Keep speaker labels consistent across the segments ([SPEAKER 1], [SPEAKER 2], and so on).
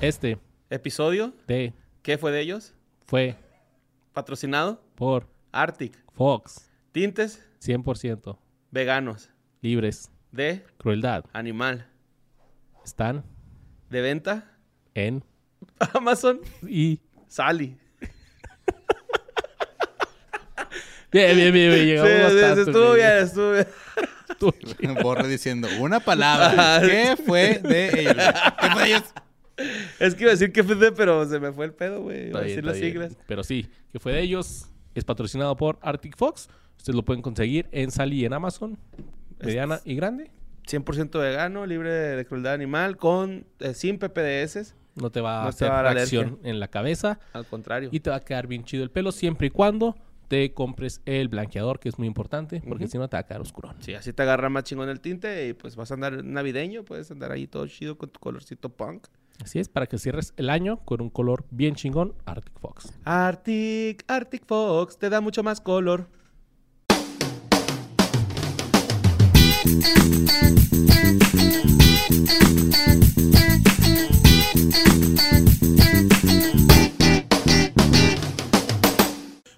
[SPEAKER 1] Este
[SPEAKER 2] Episodio.
[SPEAKER 1] de
[SPEAKER 2] ¿Qué fue de ellos?
[SPEAKER 1] fue
[SPEAKER 2] Patrocinado.
[SPEAKER 1] por
[SPEAKER 2] Arctic.
[SPEAKER 1] Fox
[SPEAKER 2] Tintes
[SPEAKER 1] 100%
[SPEAKER 2] veganos.
[SPEAKER 1] libres.
[SPEAKER 2] De
[SPEAKER 1] Crueldad.
[SPEAKER 2] animal.
[SPEAKER 1] Están
[SPEAKER 2] De venta.
[SPEAKER 1] en
[SPEAKER 2] Amazon.
[SPEAKER 1] y
[SPEAKER 2] Sally.
[SPEAKER 1] bien, bien, bien, bien,
[SPEAKER 2] Sí,
[SPEAKER 1] llegamos
[SPEAKER 2] sí,
[SPEAKER 1] bastante,
[SPEAKER 2] estuvo bien,
[SPEAKER 1] bien,
[SPEAKER 2] estuvo bien.
[SPEAKER 1] estuvo bien.
[SPEAKER 3] Borre diciendo una palabra. ¿Qué fue de ellos? ¿Qué fue de ellos?
[SPEAKER 2] Es que iba a decir que fue de, pero se me fue el pedo, güey. Iba
[SPEAKER 1] Está
[SPEAKER 2] a
[SPEAKER 1] bien,
[SPEAKER 2] decir
[SPEAKER 1] está
[SPEAKER 2] las
[SPEAKER 1] bien.
[SPEAKER 2] siglas.
[SPEAKER 1] Pero sí, que fue de ellos. Es patrocinado por Arctic Fox. Ustedes lo pueden conseguir en Sally y en Amazon. Mediana y grande.
[SPEAKER 2] 100% vegano, libre de, de crueldad animal, con eh, sin PPDS,
[SPEAKER 1] No te va a
[SPEAKER 2] No te
[SPEAKER 1] hacer
[SPEAKER 2] va a dar
[SPEAKER 1] reacción
[SPEAKER 2] alergia.
[SPEAKER 1] en la cabeza.
[SPEAKER 2] al contrario.
[SPEAKER 1] Y te va a quedar bien chido el pelo siempre y cuando te compres el blanqueador, que es muy importante, porque
[SPEAKER 2] Ujú.
[SPEAKER 1] si no te va a quedar oscurón.
[SPEAKER 2] Sí, así te agarra más chingón el tinte y pues vas a andar navideño, puedes andar ahí todo chido con tu colorcito punk.
[SPEAKER 1] Así es, para que cierres el año con un color bien chingón, Arctic Fox.
[SPEAKER 2] Arctic, Arctic Fox, te da mucho más color.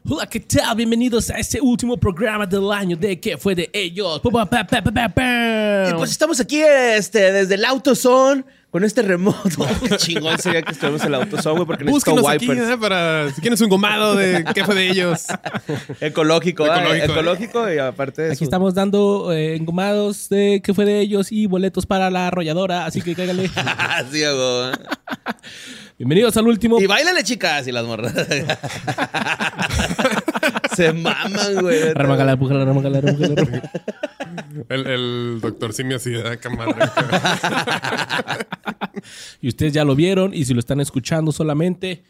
[SPEAKER 1] Hola, ¿qué tal? Bienvenidos a este último programa del año de ¿Qué fue de ellos? Pa, pa, pa, pa, pa, pa, pa.
[SPEAKER 2] Y pues estamos aquí este, desde el AutoZone con este remoto. Qué chingón sería que estuviéramos en el AutoZone, güey, porque necesito
[SPEAKER 4] Búsquenos aquí
[SPEAKER 2] wipers.
[SPEAKER 4] ¿eh? para si quieres un gomado de qué fue de ellos.
[SPEAKER 2] Ecológico, ¿eh? ecológico,
[SPEAKER 4] Ecológico,
[SPEAKER 2] y aparte de
[SPEAKER 1] Aquí
[SPEAKER 2] eso.
[SPEAKER 1] estamos dando eh, engomados de qué fue de ellos y boletos para la arrolladora, así que cáigale.
[SPEAKER 2] Sí, güey.
[SPEAKER 1] Bienvenidos al último.
[SPEAKER 2] Y bailale, chicas, y las morras. Se maman, güey.
[SPEAKER 1] Remangala, empújala, remangala, remangala, remangala.
[SPEAKER 4] El, el doctor Simi así de acá, madre.
[SPEAKER 1] Y ustedes ya lo vieron y si lo están escuchando solamente,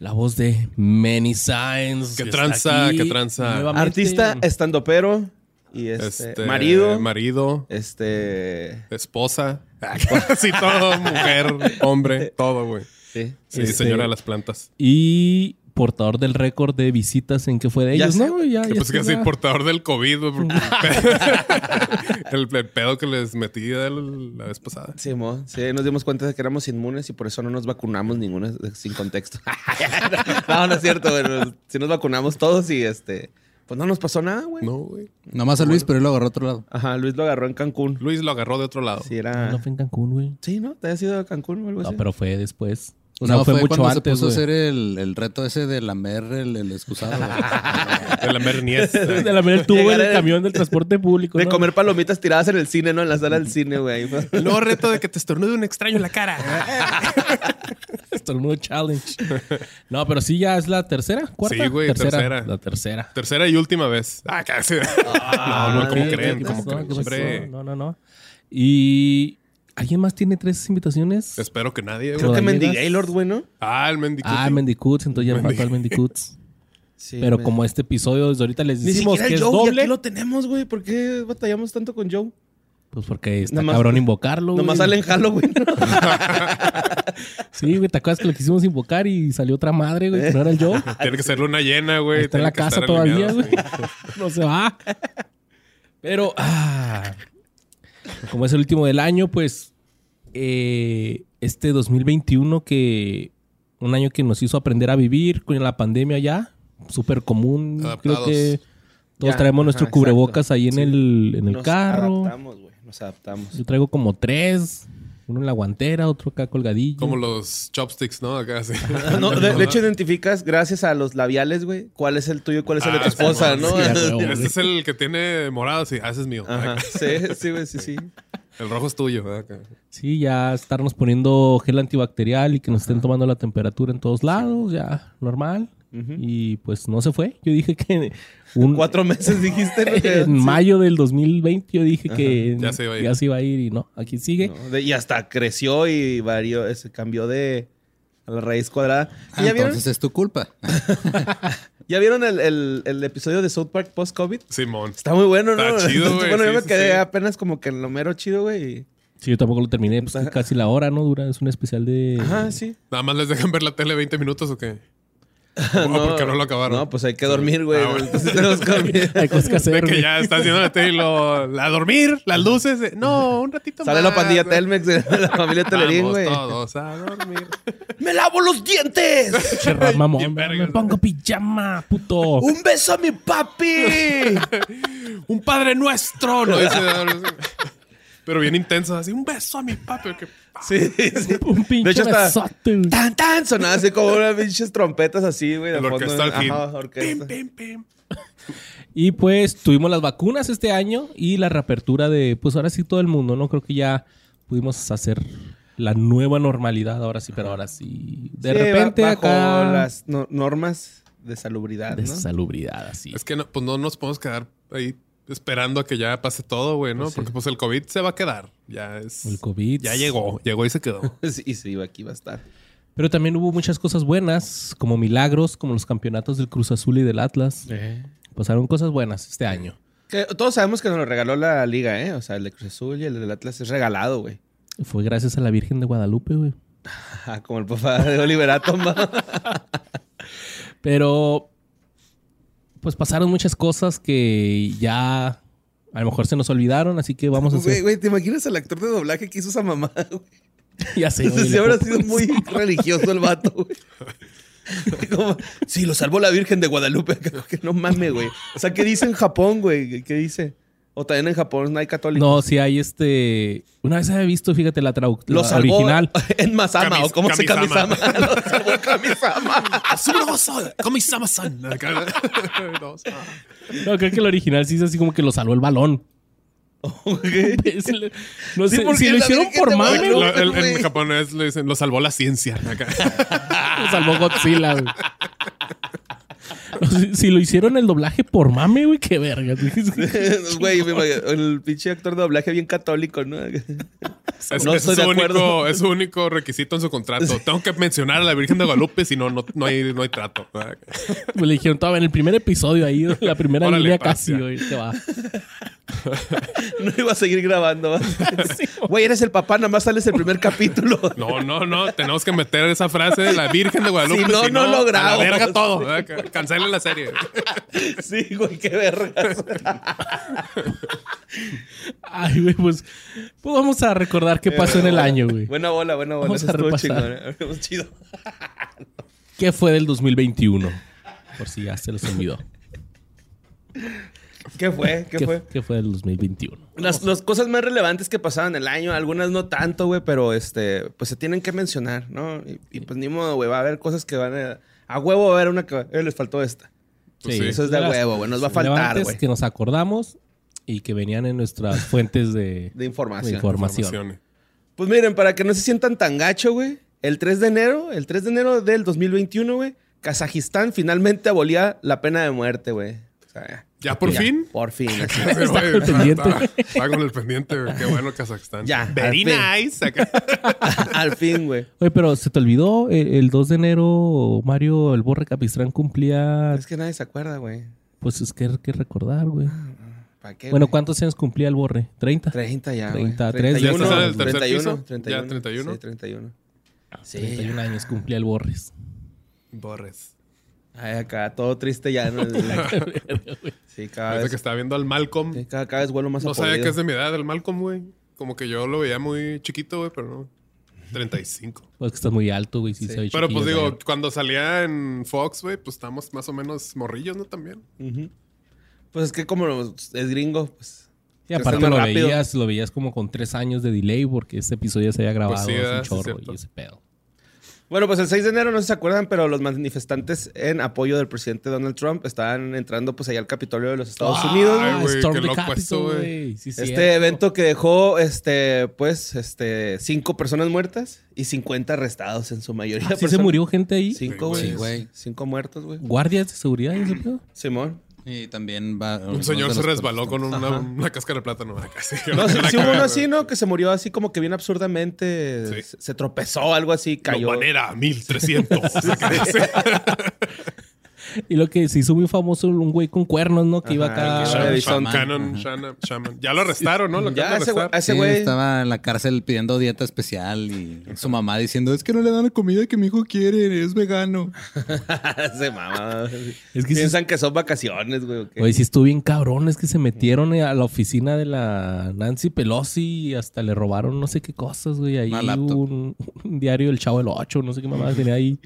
[SPEAKER 1] la voz de Many Signs.
[SPEAKER 4] Qué
[SPEAKER 1] que está
[SPEAKER 4] tranza,
[SPEAKER 1] aquí
[SPEAKER 4] qué tranza.
[SPEAKER 1] nuevamente.
[SPEAKER 2] Artista, eh, estandopero y este,
[SPEAKER 4] Este,
[SPEAKER 2] marido. Ah,
[SPEAKER 4] Marido.
[SPEAKER 2] este.
[SPEAKER 4] Esposa. Así todo. Mujer, hombre, todo, güey.
[SPEAKER 2] Sí.
[SPEAKER 4] Sí,
[SPEAKER 1] Este-
[SPEAKER 4] señora de las plantas.
[SPEAKER 1] Y portador del récord de visitas en que fue de
[SPEAKER 2] Ya
[SPEAKER 1] ellos,
[SPEAKER 2] sé,
[SPEAKER 1] ¿no?
[SPEAKER 2] güey.
[SPEAKER 1] Ya,
[SPEAKER 4] Que
[SPEAKER 1] ya
[SPEAKER 4] pues que
[SPEAKER 2] este,
[SPEAKER 1] está.
[SPEAKER 4] así, portador del COVID, güey. porque
[SPEAKER 2] Ah.
[SPEAKER 4] El, pe- el pedo que les metí el- la vez pasada.
[SPEAKER 2] Sí, mo. sí, nos dimos cuenta de que éramos inmunes y por eso no nos vacunamos ninguna sin contexto. no, no es cierto, güey. Nos- Sí nos vacunamos todos y este. Pues no nos pasó nada, güey.
[SPEAKER 4] No, güey.
[SPEAKER 3] Nomás a Luis, pero él lo agarró a otro lado.
[SPEAKER 2] Ajá, Luis lo agarró en Cancún.
[SPEAKER 4] Luis lo agarró de otro lado.
[SPEAKER 2] Sí,
[SPEAKER 1] No,
[SPEAKER 2] era.
[SPEAKER 1] No fue en Cancún, güey.
[SPEAKER 2] Sí, ¿no? ¿Te has ido a Cancún o algo
[SPEAKER 1] No,
[SPEAKER 2] así?
[SPEAKER 1] pero fue después. O sea,
[SPEAKER 3] No,
[SPEAKER 1] fue, mucho
[SPEAKER 3] cuando se
[SPEAKER 1] antes.
[SPEAKER 3] puso a
[SPEAKER 1] güey.
[SPEAKER 3] hacer el, el reto ese de lamer el, el excusado. güey.
[SPEAKER 4] De la Merniez. Ah.
[SPEAKER 1] De la manera tuvo
[SPEAKER 2] Llegar
[SPEAKER 1] en el
[SPEAKER 2] en-
[SPEAKER 1] camión del transporte público.
[SPEAKER 2] De
[SPEAKER 1] ¿no?
[SPEAKER 2] comer palomitas tiradas en el cine, ¿no? En la sala del cine, güey.
[SPEAKER 4] El nuevo reto de que te estornude un extraño en la cara. Ah.
[SPEAKER 1] Estornudo challenge. No, pero sí ya es la tercera, cuarta.
[SPEAKER 4] Sí, güey, tercera.
[SPEAKER 1] La tercera.
[SPEAKER 4] Tercera y última vez. Ah, casi. no, no, ¿cómo
[SPEAKER 1] ¿Qué
[SPEAKER 4] creen?
[SPEAKER 1] pasó?
[SPEAKER 4] ¿Cómo creen?
[SPEAKER 1] ¿Qué pasó?
[SPEAKER 4] Hombre.
[SPEAKER 1] No, no, no. Y. ¿Alguien más tiene tres invitaciones?
[SPEAKER 4] Espero que nadie,
[SPEAKER 2] Creo
[SPEAKER 4] güey.
[SPEAKER 2] que
[SPEAKER 1] Rodallegas.
[SPEAKER 2] Mendy Gaylord, güey, ¿no?
[SPEAKER 4] Ah, el mendicuti.
[SPEAKER 1] Ah, Mendicuts, entonces ya faltó al Mendicuts.
[SPEAKER 2] Sí.
[SPEAKER 1] Pero
[SPEAKER 2] me-
[SPEAKER 1] como este episodio desde ahorita les
[SPEAKER 2] Ni
[SPEAKER 1] decimos
[SPEAKER 2] siquiera
[SPEAKER 1] que
[SPEAKER 2] el
[SPEAKER 1] es
[SPEAKER 2] Joe, y
[SPEAKER 1] doble,
[SPEAKER 2] aquí lo tenemos, güey. ¿Por qué batallamos tanto con Joe?
[SPEAKER 1] pues porque está
[SPEAKER 2] Nomás-
[SPEAKER 1] cabrón invocarlo. güey.
[SPEAKER 2] Nomás sale en Halloween. ¿no?
[SPEAKER 1] Sí, güey, ¿te acuerdas que lo quisimos invocar y salió otra madre, güey? que No era el Joe.
[SPEAKER 4] Tiene que ser luna llena, güey.
[SPEAKER 1] Está en la
[SPEAKER 4] Tiene que
[SPEAKER 1] casa
[SPEAKER 4] estar
[SPEAKER 1] todavía,
[SPEAKER 4] alineado,
[SPEAKER 1] güey.
[SPEAKER 4] sí.
[SPEAKER 1] No se va. Pero, ah, como es el último del año, pues eh, este 2021 que un año que nos hizo aprender a vivir con la pandemia ya, súper común. Creo
[SPEAKER 4] Adaptados.
[SPEAKER 1] que todos
[SPEAKER 2] Ya,
[SPEAKER 1] traemos nuestro
[SPEAKER 2] ajá,
[SPEAKER 1] cubrebocas
[SPEAKER 2] exacto.
[SPEAKER 1] ahí en
[SPEAKER 2] Sí.
[SPEAKER 1] el, en el
[SPEAKER 2] Nos
[SPEAKER 1] carro.
[SPEAKER 2] adaptamos, güey. Nos adaptamos.
[SPEAKER 1] Yo traigo como tres. Uno en la guantera, otro acá colgadillo.
[SPEAKER 4] Como los chopsticks, ¿no? Acá sí.
[SPEAKER 2] Ah, No, de, de hecho, identificas, gracias a los labiales, güey, cuál es el tuyo y cuál es el de tu
[SPEAKER 4] Ah,
[SPEAKER 2] esposa,
[SPEAKER 4] sí,
[SPEAKER 2] ¿no?
[SPEAKER 4] sí,
[SPEAKER 1] a huevo, güey.
[SPEAKER 4] Este es el que tiene morado, sí. Ah, ese es mío.
[SPEAKER 2] Ajá.
[SPEAKER 4] Acá.
[SPEAKER 2] Sí, sí, güey, sí, sí.
[SPEAKER 4] El rojo es tuyo. Acá.
[SPEAKER 1] Sí, ya estarnos poniendo gel antibacterial y que nos estén tomando la temperatura en todos lados, ya normal. Y pues no se fue. Yo dije que un,
[SPEAKER 2] Cuatro meses dijiste, ¿no? Que-
[SPEAKER 1] en mayo del 2020 yo dije que
[SPEAKER 4] Ya se iba a ir.
[SPEAKER 1] iba a ir y no, aquí sigue.
[SPEAKER 2] No, de- y hasta creció y varió, se cambió de a la raíz cuadrada. ¿Y
[SPEAKER 3] Ah,
[SPEAKER 2] ¿Ya vieron,
[SPEAKER 3] entonces es tu culpa.
[SPEAKER 2] ¿ya vieron el, el- el episodio de South Park post-COVID?
[SPEAKER 4] Simón.
[SPEAKER 2] Está muy bueno, ¿no?
[SPEAKER 4] Está chido, güey,
[SPEAKER 2] Bueno, yo
[SPEAKER 4] sí,
[SPEAKER 2] me
[SPEAKER 4] sí,
[SPEAKER 2] quedé
[SPEAKER 4] sí.
[SPEAKER 2] apenas como que en lo mero chido, güey.
[SPEAKER 1] Sí, yo tampoco lo terminé, pues que casi la hora, ¿no? Dura, es un especial de...
[SPEAKER 2] y- Ajá, sí.
[SPEAKER 4] Nada más les dejan ver la tele 20 minutos o qué. Ah, No, ¿por qué no lo acabaron?
[SPEAKER 2] No, pues hay que dormir, güey.
[SPEAKER 4] Ah, bueno.
[SPEAKER 2] Entonces tenemos que dormir.
[SPEAKER 1] Hay cosas que hacer,
[SPEAKER 4] De que
[SPEAKER 1] güey.
[SPEAKER 4] ya está haciendo la tele y lo... A dormir, las luces. eh, No, un ratito
[SPEAKER 2] Sale
[SPEAKER 4] más. eh.
[SPEAKER 2] la pandilla Telmex de la familia Telerín,
[SPEAKER 4] Vamos
[SPEAKER 2] güey.
[SPEAKER 4] todos a dormir.
[SPEAKER 2] ¡Me lavo los dientes!
[SPEAKER 1] Che, ramamón,
[SPEAKER 4] Bien vergas.
[SPEAKER 1] me pongo pijama, puto.
[SPEAKER 2] ¡Un beso a mi papi!
[SPEAKER 4] ¡Un padre nuestro! Oh, No dice nada, no sé. Pero bien intenso, así, un beso a mi papi. que-
[SPEAKER 2] sí, sí.
[SPEAKER 1] Un
[SPEAKER 2] De
[SPEAKER 1] pinche
[SPEAKER 2] hecho, está-
[SPEAKER 1] besote, güey.
[SPEAKER 2] Tan, tan. Sonaba así como unas pinches trompetas así, güey. de
[SPEAKER 4] El
[SPEAKER 2] fondo.
[SPEAKER 4] orquestal hit.
[SPEAKER 2] Ajá,
[SPEAKER 4] Pim,
[SPEAKER 2] orquesta.
[SPEAKER 4] pim, pim.
[SPEAKER 1] Y pues tuvimos las vacunas este año y la reapertura de, pues ahora sí todo el mundo, ¿no? Creo que ya pudimos hacer la nueva normalidad, ahora sí, pero ahora sí. De
[SPEAKER 2] Sí, ba-
[SPEAKER 1] repente
[SPEAKER 2] bajo
[SPEAKER 1] acá...
[SPEAKER 2] las no- normas de salubridad,
[SPEAKER 1] De
[SPEAKER 2] ¿no?
[SPEAKER 1] salubridad, así.
[SPEAKER 4] Es que no, pues no nos podemos quedar ahí esperando a que ya pase todo, güey, ¿no?
[SPEAKER 1] Pues sí.
[SPEAKER 4] Porque pues el COVID se va a quedar. Ya es...
[SPEAKER 1] El COVID.
[SPEAKER 4] Ya llegó, llegó y se quedó.
[SPEAKER 2] Sí, sí, aquí va a estar.
[SPEAKER 1] Pero también hubo muchas cosas buenas, como milagros, como los campeonatos del Cruz Azul y del Atlas. Pasaron cosas buenas este año.
[SPEAKER 2] Que todos sabemos que nos lo regaló la liga, ¿eh? O sea, el de Cruz Azul y el del Atlas es regalado, güey.
[SPEAKER 1] Fue gracias a la Virgen de Guadalupe, güey.
[SPEAKER 2] Ajá, como el papá de Oliver Atom. ¿va?
[SPEAKER 1] Pero, pues pasaron muchas cosas que ya a lo mejor se nos olvidaron, así que vamos a
[SPEAKER 2] Güey,
[SPEAKER 1] hacer.
[SPEAKER 2] güey, ¿te imaginas al actor de doblaje que hizo esa mamá?
[SPEAKER 1] Ya sé, güey,
[SPEAKER 2] Sí,
[SPEAKER 1] le
[SPEAKER 2] habrá
[SPEAKER 1] puedo-
[SPEAKER 2] sido muy religioso el vato, güey. Como, sí, lo salvó la Virgen de Guadalupe. Que no mames, güey. O sea, ¿qué dice en Japón, güey? ¿Qué dice? O también en Japón no hay católicos.
[SPEAKER 1] No, si hay este. Una vez había visto, fíjate, la, trau-
[SPEAKER 2] Lo
[SPEAKER 1] la
[SPEAKER 2] salvó
[SPEAKER 1] original.
[SPEAKER 2] en Masama,
[SPEAKER 4] Kamis-
[SPEAKER 2] o cómo se
[SPEAKER 4] Kamisama.
[SPEAKER 2] Kamisama. Lo salvó en Kamisama.
[SPEAKER 4] Kamisama-san. No, sa-
[SPEAKER 1] No, creo que la original sí es así como que lo salvó el balón.
[SPEAKER 2] Ok.
[SPEAKER 1] Es el- No
[SPEAKER 2] Sí,
[SPEAKER 1] sé,
[SPEAKER 2] porque
[SPEAKER 1] si lo
[SPEAKER 2] la
[SPEAKER 1] hicieron
[SPEAKER 2] Virgen
[SPEAKER 1] por
[SPEAKER 2] de
[SPEAKER 1] mame,
[SPEAKER 2] Guadalupe.
[SPEAKER 1] lo
[SPEAKER 4] Lo- el-
[SPEAKER 2] güey.
[SPEAKER 4] En japonés le dicen, lo salvó la ciencia. Acá.
[SPEAKER 1] salvó Godzilla, güey. No, si, si lo hicieron el doblaje por mame, güey, qué verga. güey.
[SPEAKER 2] Güey, me imagino, el pinche actor de doblaje bien católico, ¿no?
[SPEAKER 4] Es,
[SPEAKER 2] No
[SPEAKER 4] es
[SPEAKER 2] estoy
[SPEAKER 4] su
[SPEAKER 2] de acuerdo.
[SPEAKER 4] único, es su único requisito en su contrato. Tengo que mencionar a la Virgen de Guadalupe, si no, no, no hay, no hay trato.
[SPEAKER 1] Le dijeron todavía en el primer episodio ahí, la primera
[SPEAKER 4] Órale,
[SPEAKER 1] línea
[SPEAKER 4] pa,
[SPEAKER 1] casi,
[SPEAKER 4] ya.
[SPEAKER 1] güey, te va.
[SPEAKER 2] No iba a seguir grabando. ¿va? Güey, eres el papá, nada más sales el primer capítulo.
[SPEAKER 4] No, no, no. Tenemos que meter esa frase de la Virgen de Guadalupe.
[SPEAKER 2] Si no, no
[SPEAKER 4] a
[SPEAKER 2] lo
[SPEAKER 4] la
[SPEAKER 2] grabo.
[SPEAKER 4] verga todo. ¿verdad? Cancelen la serie.
[SPEAKER 2] Sí, güey, qué vergas.
[SPEAKER 1] Ay, güey, pues, pues vamos a recordar
[SPEAKER 2] Eh,
[SPEAKER 1] qué pasó en el año, güey.
[SPEAKER 2] Buena bola, buena bola.
[SPEAKER 1] Vamos a
[SPEAKER 2] Eso estuvo
[SPEAKER 1] repasar.
[SPEAKER 2] chingón, ¿eh? Chido.
[SPEAKER 1] ¿Qué fue del 2021? Por si ya se los olvidó.
[SPEAKER 2] ¿Qué fue? ¿Qué, fue?
[SPEAKER 1] ¿Qué fue del 2021?
[SPEAKER 2] Las, las cosas más relevantes que pasaban el año, algunas no tanto, güey, pero este, pues se tienen que mencionar, ¿no? Y, y pues ni modo, güey, va a haber cosas que van a. A huevo va a haber una que eh, les faltó esta.
[SPEAKER 4] Pues sí.
[SPEAKER 2] Eso es de
[SPEAKER 1] Las
[SPEAKER 2] huevo, güey, nos va a faltar,
[SPEAKER 1] relevantes
[SPEAKER 2] güey.
[SPEAKER 1] que nos acordamos y que venían en nuestras fuentes de,
[SPEAKER 2] De
[SPEAKER 1] de
[SPEAKER 2] información.
[SPEAKER 1] información.
[SPEAKER 2] Pues miren, para que no se sientan tan gacho, güey, el 3 de enero, el 3 de enero del 2021, güey, Kazajistán finalmente abolía la pena de muerte, güey. O sea,
[SPEAKER 4] Ya por
[SPEAKER 2] ya,
[SPEAKER 4] fin.
[SPEAKER 2] Por fin. así.
[SPEAKER 4] Pero,
[SPEAKER 1] Está
[SPEAKER 4] güey,
[SPEAKER 1] con el pendiente.
[SPEAKER 4] Está, está con el pendiente. güey. Qué bueno Kazajstán.
[SPEAKER 2] Ya,
[SPEAKER 4] Very
[SPEAKER 2] al
[SPEAKER 4] nice. acá.
[SPEAKER 2] Al fin, güey.
[SPEAKER 1] Oye, pero se te olvidó, el, el 2 de enero Mario El Borre Capistrán cumplía,
[SPEAKER 2] Es que nadie se acuerda, güey.
[SPEAKER 1] pues es que hay que recordar, güey.
[SPEAKER 2] ¿Para Ah, qué?
[SPEAKER 1] Bueno,
[SPEAKER 2] güey?
[SPEAKER 1] ¿cuántos años cumplía el Borre? ¿30?
[SPEAKER 2] 30 ya, güey.
[SPEAKER 1] 30,
[SPEAKER 2] 31,
[SPEAKER 1] ¿Ya estás en
[SPEAKER 4] el tercer piso?
[SPEAKER 2] 31,
[SPEAKER 4] ¿Ya 31?
[SPEAKER 2] Sí, 31.
[SPEAKER 1] Ah,
[SPEAKER 2] Sí.
[SPEAKER 1] 31 años cumplía el Borres.
[SPEAKER 4] Borres.
[SPEAKER 2] Ay, acá, todo triste ya. ¿no? sí, cada
[SPEAKER 4] Parece
[SPEAKER 2] vez,
[SPEAKER 4] que estaba viendo al Malcolm.
[SPEAKER 2] sí, cada, cada vez vuelo más
[SPEAKER 4] No sabía
[SPEAKER 2] apodrido.
[SPEAKER 4] que es de mi edad el Malcolm, güey. Como que yo lo veía muy chiquito, güey, pero no. 35.
[SPEAKER 1] Pues que estás muy alto, güey. Sí,
[SPEAKER 2] Sí.
[SPEAKER 1] se ve
[SPEAKER 4] Pero pues
[SPEAKER 1] chiquillo,
[SPEAKER 4] digo,
[SPEAKER 1] güey.
[SPEAKER 4] cuando salía en Fox, güey, pues estábamos más o menos morrillos, ¿no? También.
[SPEAKER 2] Ujú. Pues es que como es gringo, pues...
[SPEAKER 1] Y
[SPEAKER 2] que
[SPEAKER 1] aparte
[SPEAKER 2] está
[SPEAKER 1] lo
[SPEAKER 2] más rápido.
[SPEAKER 1] veías, lo veías como con tres años de delay porque ese episodio ya se había grabado
[SPEAKER 4] sí,
[SPEAKER 1] hace
[SPEAKER 4] ah,
[SPEAKER 1] un
[SPEAKER 4] sí, es
[SPEAKER 1] chorro
[SPEAKER 4] cierto.
[SPEAKER 1] y ese pedo.
[SPEAKER 2] Bueno, pues el 6 de enero, no sé si se acuerdan, pero los manifestantes en apoyo del presidente Donald Trump estaban entrando pues allá al Capitolio de los Estados Unidos.
[SPEAKER 4] Ay,
[SPEAKER 1] Ah,
[SPEAKER 4] güey,
[SPEAKER 1] Storm
[SPEAKER 4] qué
[SPEAKER 1] the
[SPEAKER 4] loco
[SPEAKER 1] Capitol,
[SPEAKER 4] esto, güey.
[SPEAKER 1] Sí,
[SPEAKER 2] Este
[SPEAKER 1] cierto.
[SPEAKER 2] evento que dejó, este, pues, este, cinco personas muertas y 50 arrestados en su mayoría.
[SPEAKER 1] ¿Sí se
[SPEAKER 2] personas-
[SPEAKER 1] murió gente ahí?
[SPEAKER 2] Cinco,
[SPEAKER 4] Sí,
[SPEAKER 2] güey.
[SPEAKER 3] güey.
[SPEAKER 2] Cinco muertos, güey.
[SPEAKER 1] ¿Guardias de seguridad y ese pedo?
[SPEAKER 2] Simón.
[SPEAKER 3] Y también va.
[SPEAKER 4] Un señor se resbaló con una, una cáscara de plátano. acá, sí.
[SPEAKER 2] No, sí,
[SPEAKER 4] La
[SPEAKER 2] sí hubo
[SPEAKER 4] cagada,
[SPEAKER 2] uno así,
[SPEAKER 4] güey.
[SPEAKER 2] ¿no? Que se murió así como que bien absurdamente.
[SPEAKER 4] Sí.
[SPEAKER 2] Se, se tropezó, algo así, cayó.
[SPEAKER 4] Lobanera, 1300. acá, sí.
[SPEAKER 1] Y lo que se hizo muy famoso un güey con cuernos, ¿no? Que iba acá.
[SPEAKER 2] Ah,
[SPEAKER 4] Shaman,
[SPEAKER 2] de
[SPEAKER 4] Shaman,
[SPEAKER 2] Shaman.
[SPEAKER 4] Cannon, Shaman, Shaman. Ya lo arrestaron, ¿no? Lo
[SPEAKER 2] Ya,
[SPEAKER 4] acaban de
[SPEAKER 2] ese güey-
[SPEAKER 4] arrestar.
[SPEAKER 2] ese
[SPEAKER 5] Sí,
[SPEAKER 2] güey.
[SPEAKER 5] estaba en la cárcel pidiendo dieta especial y su mamá diciendo, es que no le dan la comida que mi hijo quiere, es vegano.
[SPEAKER 2] Se mama.
[SPEAKER 1] Es que sí-
[SPEAKER 2] Piensan que son vacaciones, güey. ¿o qué?
[SPEAKER 1] Oye, sí estuvo bien cabrón. Es que se metieron eh, a la oficina de la Nancy Pelosi y hasta le robaron no sé qué cosas, güey. Ahí
[SPEAKER 5] Una laptop.
[SPEAKER 1] un, un diario del Chavo del 8, no sé qué mamá tenía ahí.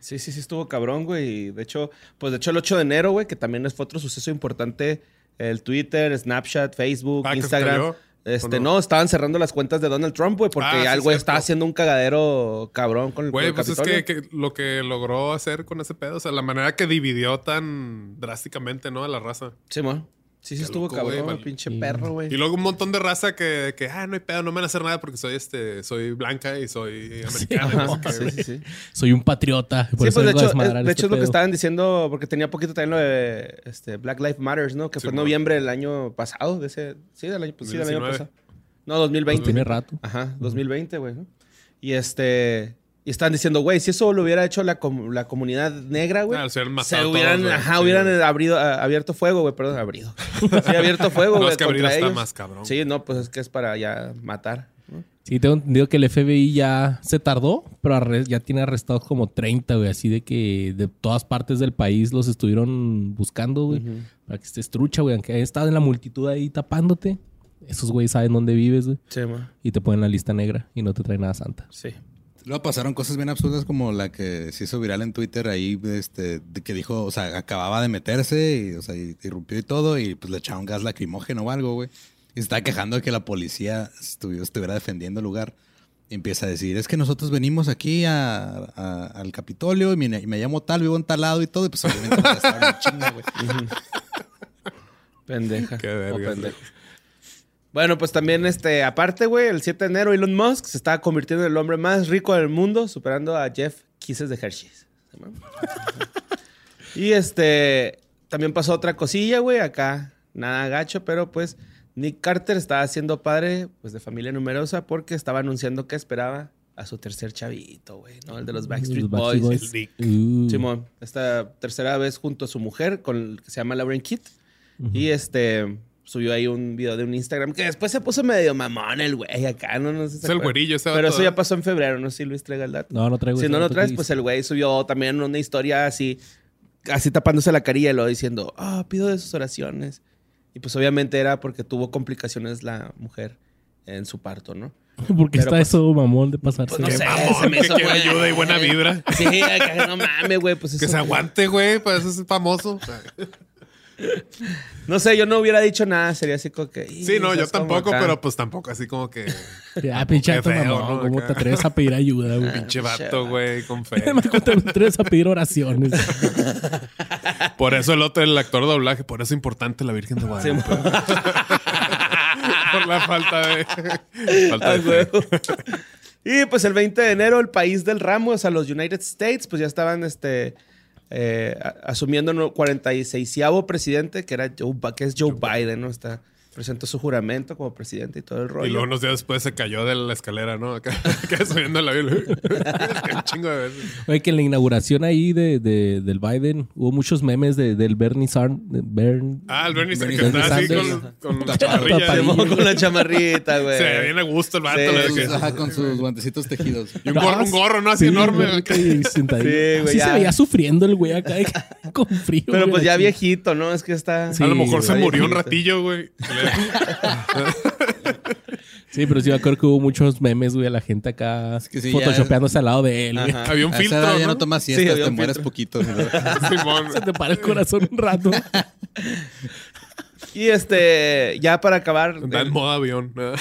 [SPEAKER 2] Sí, sí, sí, estuvo cabrón, güey. Y De hecho, pues de hecho el 8 de enero, güey, que también fue otro suceso importante. El Twitter, Snapchat, Facebook,
[SPEAKER 4] Ah, que se
[SPEAKER 2] Instagram.
[SPEAKER 4] cayó,
[SPEAKER 2] Este,
[SPEAKER 4] ¿o
[SPEAKER 2] no?
[SPEAKER 4] no?
[SPEAKER 2] estaban cerrando las cuentas de Donald Trump, güey, porque
[SPEAKER 4] Ah, sí,
[SPEAKER 2] ya el güey
[SPEAKER 4] cierto.
[SPEAKER 2] estaba haciendo un cagadero cabrón con el,
[SPEAKER 4] Güey,
[SPEAKER 2] con el
[SPEAKER 4] pues es que,
[SPEAKER 2] Capitolio.
[SPEAKER 4] que lo que logró hacer con ese pedo, o sea, la manera que dividió tan drásticamente, ¿no? A la raza.
[SPEAKER 2] Sí, mon. Sí, sí,
[SPEAKER 4] Qué
[SPEAKER 2] estuvo
[SPEAKER 4] loco, güey,
[SPEAKER 2] cabrón,
[SPEAKER 4] vale.
[SPEAKER 2] pinche
[SPEAKER 1] Sí.
[SPEAKER 2] perro, güey.
[SPEAKER 4] Y luego un montón de raza que, que, ah, no hay pedo, no me van a hacer nada porque soy este, soy blanca y soy americana.
[SPEAKER 1] ajá.
[SPEAKER 4] no sé qué,
[SPEAKER 2] Sí,
[SPEAKER 4] güey.
[SPEAKER 2] sí, sí.
[SPEAKER 1] Soy un patriota. Por
[SPEAKER 2] Sí,
[SPEAKER 1] eso
[SPEAKER 2] pues de
[SPEAKER 1] vengo a
[SPEAKER 2] hecho, es,
[SPEAKER 1] desmadrar
[SPEAKER 2] de
[SPEAKER 1] este
[SPEAKER 2] hecho es lo que
[SPEAKER 1] pedo.
[SPEAKER 2] estaban diciendo, porque tenía poquito también lo de este, Black Lives Matters, ¿no? Que fue en
[SPEAKER 4] Simón.
[SPEAKER 2] noviembre del año pasado, de ese, sí, del año, pues, sí, del año
[SPEAKER 4] 2019.
[SPEAKER 2] pasado. No, 2020.
[SPEAKER 1] Pues, Tiene rato.
[SPEAKER 2] Ajá, 2020, güey. ¿no? Y este. Y estaban diciendo, güey, si eso lo hubiera hecho la, com- la comunidad negra, güey.
[SPEAKER 4] Ah, se hubieran
[SPEAKER 2] se
[SPEAKER 4] matado
[SPEAKER 2] hubieran,
[SPEAKER 4] todos, güey.
[SPEAKER 2] ajá,
[SPEAKER 4] Sí,
[SPEAKER 2] hubieran
[SPEAKER 4] güey.
[SPEAKER 2] abrido- a- abierto fuego, güey. Perdón, abrido. Sí, abierto fuego,
[SPEAKER 4] No,
[SPEAKER 2] güey.
[SPEAKER 4] es que abrir
[SPEAKER 2] contra
[SPEAKER 4] está
[SPEAKER 2] ellos.
[SPEAKER 4] más cabrón.
[SPEAKER 2] Sí, no, pues es que es para ya matar. ¿no?
[SPEAKER 1] Sí, tengo entendido que el FBI ya se tardó, pero arre- ya tiene arrestados como 30, güey. Así de que de todas partes del país los estuvieron buscando, güey. Para que estés trucha, güey. Aunque hayas estado en la multitud ahí tapándote. Esos güeyes saben dónde vives, güey.
[SPEAKER 2] Sí, ma.
[SPEAKER 1] Y te ponen la lista negra y no te trae nada santa.
[SPEAKER 2] Sí.
[SPEAKER 5] Luego pasaron cosas bien absurdas como la que se hizo viral en Twitter ahí, este, de que dijo, o sea, acababa de meterse y, o sea, y- irrumpió y todo y pues le echaron gas lacrimógeno o algo, güey. Y se estaba quejando de que la policía estuvi- estuviera defendiendo el lugar. Y empieza a decir, es que nosotros venimos aquí a- a- al Capitolio y me, y me llamo tal, vivo en tal lado y todo. Y pues obviamente me arrestaron en chinga, güey.
[SPEAKER 2] pues. Pendeja.
[SPEAKER 4] Qué verga,
[SPEAKER 2] O
[SPEAKER 4] güey.
[SPEAKER 2] pendejo. Bueno, pues también, este, aparte, güey, el 7 de enero Elon Musk se está convirtiendo en el hombre más rico del mundo, superando a Jeff Kisses de Hershey's. y este, también pasó otra cosilla, güey, acá, nada gacho, pero pues Nick Carter estaba siendo padre, pues de familia numerosa, porque estaba anunciando que esperaba a su tercer chavito, güey, ¿no? El de los Backstreet
[SPEAKER 1] Los
[SPEAKER 2] Boys.
[SPEAKER 4] el Nick.
[SPEAKER 1] Uh,
[SPEAKER 2] Simón, esta tercera vez junto a su mujer, con que se llama Lauren Kitt. Y este subió ahí un video de un Instagram que después se puso medio mamón el güey acá, no, no sé si
[SPEAKER 4] Es
[SPEAKER 2] se
[SPEAKER 4] el
[SPEAKER 2] acuerdan.
[SPEAKER 4] güerillo ese
[SPEAKER 2] Pero
[SPEAKER 4] vato,
[SPEAKER 2] eso ya
[SPEAKER 4] ¿no?
[SPEAKER 2] pasó en febrero, no sé si Luis traiga el dato.
[SPEAKER 1] No, no traigo
[SPEAKER 2] si
[SPEAKER 1] ese
[SPEAKER 2] no lo
[SPEAKER 1] dato que
[SPEAKER 2] traes,
[SPEAKER 1] dices.
[SPEAKER 2] pues el güey subió también una historia así, así tapándose la carilla y luego diciendo, ah, pido de sus oraciones. Y pues obviamente era porque tuvo complicaciones la mujer en su parto, ¿no?
[SPEAKER 1] ¿Por qué
[SPEAKER 2] Pero,
[SPEAKER 1] está
[SPEAKER 2] pues,
[SPEAKER 1] eso, mamón, de pasarse?
[SPEAKER 2] Pues no
[SPEAKER 1] de-
[SPEAKER 2] sé, se
[SPEAKER 4] mamón,
[SPEAKER 2] me
[SPEAKER 4] que
[SPEAKER 2] hizo,
[SPEAKER 4] quiere
[SPEAKER 2] güey.
[SPEAKER 4] ayuda y buena vibra.
[SPEAKER 2] Sí, acá, no mames, güey, pues
[SPEAKER 4] Que
[SPEAKER 2] eso-
[SPEAKER 4] se aguante, güey, para eso es famoso.
[SPEAKER 2] No sé, yo no hubiera dicho nada, sería así como que...
[SPEAKER 4] Sí, no, yo
[SPEAKER 2] "Híjole, como
[SPEAKER 4] tampoco,
[SPEAKER 2] acá".
[SPEAKER 4] pero pues tampoco así como que
[SPEAKER 1] Ah, pinche
[SPEAKER 4] Qué
[SPEAKER 1] vato
[SPEAKER 4] feo,
[SPEAKER 1] mamón.
[SPEAKER 4] ¿no?
[SPEAKER 1] ¿Cómo
[SPEAKER 4] Acá.
[SPEAKER 1] te atreves a pedir ayuda, güey?
[SPEAKER 2] Ah,
[SPEAKER 4] pinche vato,
[SPEAKER 2] vato.
[SPEAKER 4] güey, con fe.
[SPEAKER 1] ¿Cómo te atreves a pedir oraciones?
[SPEAKER 4] Por eso el otro, el actor de doblaje, por eso es importante la Virgen de Guadalupe. por la falta de. falta
[SPEAKER 2] Ah,
[SPEAKER 4] de fe.
[SPEAKER 2] huevo. y pues el 20 de enero, el país del ramo, o sea, los United States, pues ya estaban este, eh, a- asumiendo el 46 presidente, que, era Joe, Bi- que es Joe, Biden, ¿no? Está, presentó su juramento como presidente y todo el rollo.
[SPEAKER 4] Y luego unos días después se cayó de la escalera, ¿no? Acá, acá subiendo la Virgen. Un chingo de veces.
[SPEAKER 1] Oye, que en la inauguración ahí de, de- del Biden hubo muchos memes de- del Bernie Sanders.
[SPEAKER 4] Ah, el Bernie,
[SPEAKER 5] Bernie
[SPEAKER 4] que está así
[SPEAKER 1] Sanders.
[SPEAKER 4] con, con la
[SPEAKER 5] Tapadillo.
[SPEAKER 4] chamarrilla.
[SPEAKER 2] Se
[SPEAKER 1] Tapadillo.
[SPEAKER 4] ¿no?
[SPEAKER 2] mojó con la chamarrita, güey.
[SPEAKER 4] Se ve bien a gusto el vato.
[SPEAKER 2] Sí,
[SPEAKER 4] la de
[SPEAKER 5] Sus-
[SPEAKER 4] que-
[SPEAKER 5] ajá, con sus guantecitos tejidos.
[SPEAKER 4] y un gorro, un gorro, ¿no? Así enorme.
[SPEAKER 2] Sí, güey,
[SPEAKER 1] sí se
[SPEAKER 2] ya.
[SPEAKER 1] veía sufriendo el güey acá con frío.
[SPEAKER 2] Pero
[SPEAKER 1] güey,
[SPEAKER 2] pues
[SPEAKER 1] la
[SPEAKER 2] ya
[SPEAKER 1] chingada.
[SPEAKER 2] viejito, ¿no? Es que está...
[SPEAKER 1] Sí.
[SPEAKER 4] a lo mejor se
[SPEAKER 2] güey.
[SPEAKER 4] murió un ratillo, güey.
[SPEAKER 1] Sí, pero sí me acuerdo que hubo muchos memes, güey, a la gente acá
[SPEAKER 5] que sí, ya-
[SPEAKER 1] photoshopeándose al lado de él, güey.
[SPEAKER 2] Ajá.
[SPEAKER 4] Había un
[SPEAKER 5] A esa edad
[SPEAKER 4] filtro.
[SPEAKER 5] ya no
[SPEAKER 4] ¿no?
[SPEAKER 5] tomas
[SPEAKER 2] Sí,
[SPEAKER 5] siestas,
[SPEAKER 2] había
[SPEAKER 5] te
[SPEAKER 2] un
[SPEAKER 5] mueres
[SPEAKER 2] filtro.
[SPEAKER 5] poquito.
[SPEAKER 4] Simón.
[SPEAKER 1] Se te para el corazón un rato.
[SPEAKER 2] Y este, ya para acabar...
[SPEAKER 4] Está en modo avión. ¿no?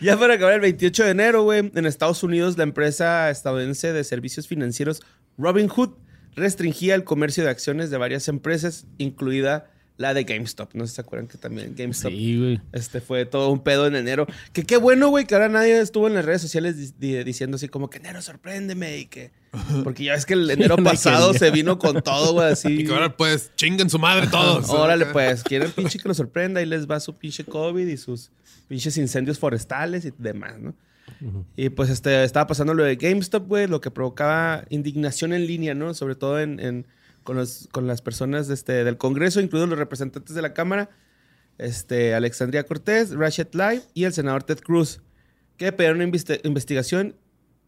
[SPEAKER 2] Ya para acabar el 28 de enero, güey, en Estados Unidos la empresa estadounidense de servicios financieros Robinhood restringía el comercio de acciones de varias empresas, incluida la de GameStop. No sé si se acuerdan que también GameStop
[SPEAKER 1] Pues Sí, güey.
[SPEAKER 2] este fue todo un pedo en enero. Que qué bueno, güey, que ahora nadie estuvo en las redes sociales di- di- diciendo así como que enero sorpréndeme y que porque ya ves que el enero
[SPEAKER 1] Ya no
[SPEAKER 2] pasado
[SPEAKER 1] quería.
[SPEAKER 2] se vino con todo, güey, así.
[SPEAKER 4] Y que ahora pues chinguen su madre todos.
[SPEAKER 2] Órale, pues, quieren pinche que lo sorprenda y les va su pinche COVID y sus pinches incendios forestales y demás, ¿no? Y pues este, estaba pasando lo de GameStop, güey, lo que provocaba indignación en línea, ¿no? Sobre todo en, en- con, los- con las personas este, del Congreso, incluidos los representantes de la Cámara, este, Alexandria Cortés, Ratchet Live y el senador Ted Cruz, que pidieron una investe- investigación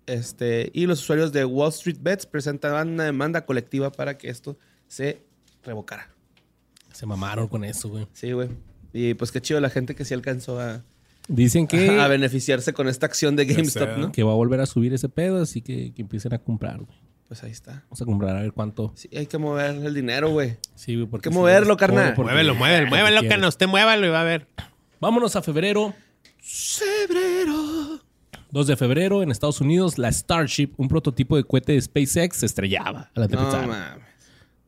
[SPEAKER 2] este, y los usuarios de Wall Street Bets presentaban una demanda colectiva para que esto se revocara.
[SPEAKER 1] Se mamaron con eso, güey.
[SPEAKER 2] Sí, güey. Y pues qué chido la gente que sí alcanzó a,
[SPEAKER 1] Dicen que,
[SPEAKER 2] a beneficiarse con esta acción de GameStop,
[SPEAKER 4] sea.
[SPEAKER 2] ¿no?
[SPEAKER 1] que va a volver a subir ese pedo, así que, que empiecen a comprar, güey.
[SPEAKER 2] Pues ahí está.
[SPEAKER 1] Vamos a comprar a ver cuánto.
[SPEAKER 2] Sí, hay que mover el dinero, güey.
[SPEAKER 1] Sí, güey, porque
[SPEAKER 2] que
[SPEAKER 1] sí,
[SPEAKER 2] moverlo,
[SPEAKER 1] es
[SPEAKER 2] carnal.
[SPEAKER 1] pobre, porque-
[SPEAKER 4] Muévelo, muévelo, muévelo,
[SPEAKER 1] Porque-
[SPEAKER 4] cana. Usted muévalo y va a ver.
[SPEAKER 1] Vámonos a febrero. Febrero. 2 de febrero, en Estados Unidos, la Starship, un prototipo de cohete de SpaceX, se estrellaba al aterrizar.
[SPEAKER 2] No mames.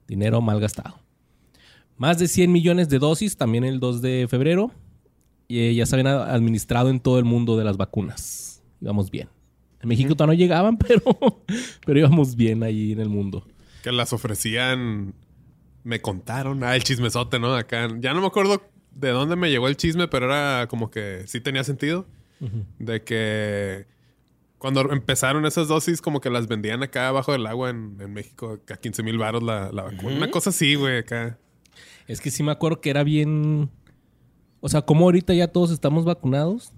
[SPEAKER 1] Dinero mal gastado. Más de 100 millones de dosis, también el 2 de febrero. Y eh, ya se habían a- administrado en todo el mundo de las vacunas. Íbamos bien. En México todavía no llegaban, pero, pero íbamos bien ahí en el mundo.
[SPEAKER 4] Que las ofrecían. Me contaron. Ah, el chismesote, ¿no? Acá. Ya no me acuerdo de dónde me llegó el chisme, pero era como que sí tenía sentido. De que cuando empezaron esas dosis, como que las vendían acá abajo del agua en, en México, a 15 mil baros la, la vacuna. Una cosa así, güey, acá.
[SPEAKER 1] Es que sí me acuerdo que era bien. O sea, como ahorita ya todos estamos vacunados.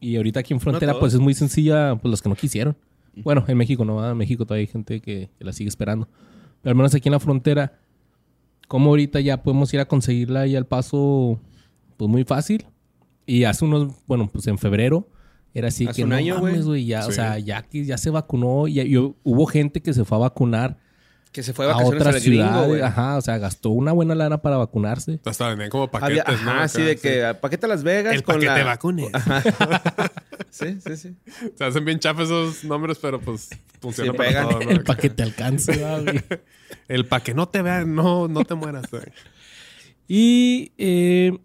[SPEAKER 1] Y ahorita aquí en frontera,
[SPEAKER 2] todos.
[SPEAKER 1] pues es muy sencilla, pues los que no quisieron. Bueno, en México no, ¿verdad? en México todavía hay gente que, que la sigue esperando. Pero al menos aquí en la frontera, como ahorita ya podemos ir a conseguirla y al paso, pues muy fácil. Y hace unos, bueno, pues en febrero era así
[SPEAKER 2] Hace
[SPEAKER 1] que
[SPEAKER 2] un
[SPEAKER 1] no
[SPEAKER 2] año, güey.
[SPEAKER 1] mames, güey, ya, o
[SPEAKER 4] Sí.
[SPEAKER 1] sea, ya que ya se vacunó y, y hubo gente que se fue a vacunar
[SPEAKER 2] Que se fue de
[SPEAKER 1] a
[SPEAKER 2] vacaciones a
[SPEAKER 1] otras
[SPEAKER 2] la gringo,
[SPEAKER 1] ciudades,
[SPEAKER 2] güey.
[SPEAKER 1] ajá, o sea, gastó una buena lana para vacunarse.
[SPEAKER 4] Hasta vendían como paquetes,
[SPEAKER 2] Había,
[SPEAKER 4] ¿no?
[SPEAKER 2] ajá,
[SPEAKER 4] Acá,
[SPEAKER 2] sí, de que a paquete a Las Vegas
[SPEAKER 4] El
[SPEAKER 2] con
[SPEAKER 4] paquete
[SPEAKER 2] la...
[SPEAKER 4] vacunes.
[SPEAKER 2] Sí, sí, sí.
[SPEAKER 4] Se hacen bien chafas esos nombres, pero pues funcionan
[SPEAKER 2] Sí,
[SPEAKER 4] para
[SPEAKER 2] pegan.
[SPEAKER 4] todo, ¿no?
[SPEAKER 1] El paquete te alcance, ¿verdad, güey?
[SPEAKER 4] El pa' que no te vean, no, no te mueras. güey.
[SPEAKER 1] Y eh,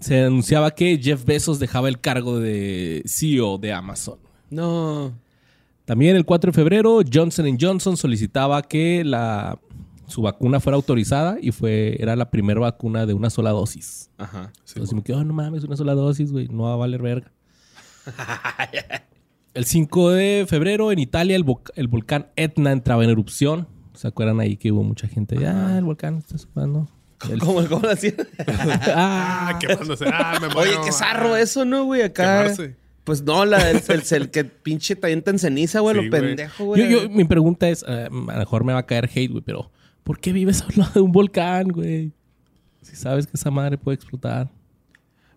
[SPEAKER 1] se anunciaba que Jeff Bezos dejaba el cargo de CEO de Amazon.
[SPEAKER 2] No.
[SPEAKER 1] También el 4 de febrero, Johnson Johnson solicitaba que la, su vacuna fuera autorizada y fue, era la primera vacuna de una sola dosis.
[SPEAKER 2] Ajá.
[SPEAKER 1] Entonces me quedo, "Oh, no mames, una sola dosis, güey, no va a valer verga. el 5 de febrero en Italia el, voc- el volcán Etna entraba en erupción. ¿Se acuerdan ahí que hubo mucha gente? Ah, el volcán está sumando.
[SPEAKER 2] ¿Cómo, cómo lo hacían?
[SPEAKER 1] ah,
[SPEAKER 4] Ah, quemándose. Ah, me
[SPEAKER 2] Oye,
[SPEAKER 4] muero.
[SPEAKER 2] qué zarro eso, ¿no, güey? Acá...
[SPEAKER 4] Quemarse.
[SPEAKER 2] Pues no, la, el, el- el que pinche talento en ceniza, güey,
[SPEAKER 4] Sí,
[SPEAKER 2] lo
[SPEAKER 4] güey.
[SPEAKER 2] pendejo,
[SPEAKER 1] Yo,
[SPEAKER 2] güey.
[SPEAKER 1] yo- mi pregunta es, eh, a lo mejor me va a caer hate, güey, pero ¿por qué vives al lado de un volcán, güey? Si sabes que esa madre puede explotar.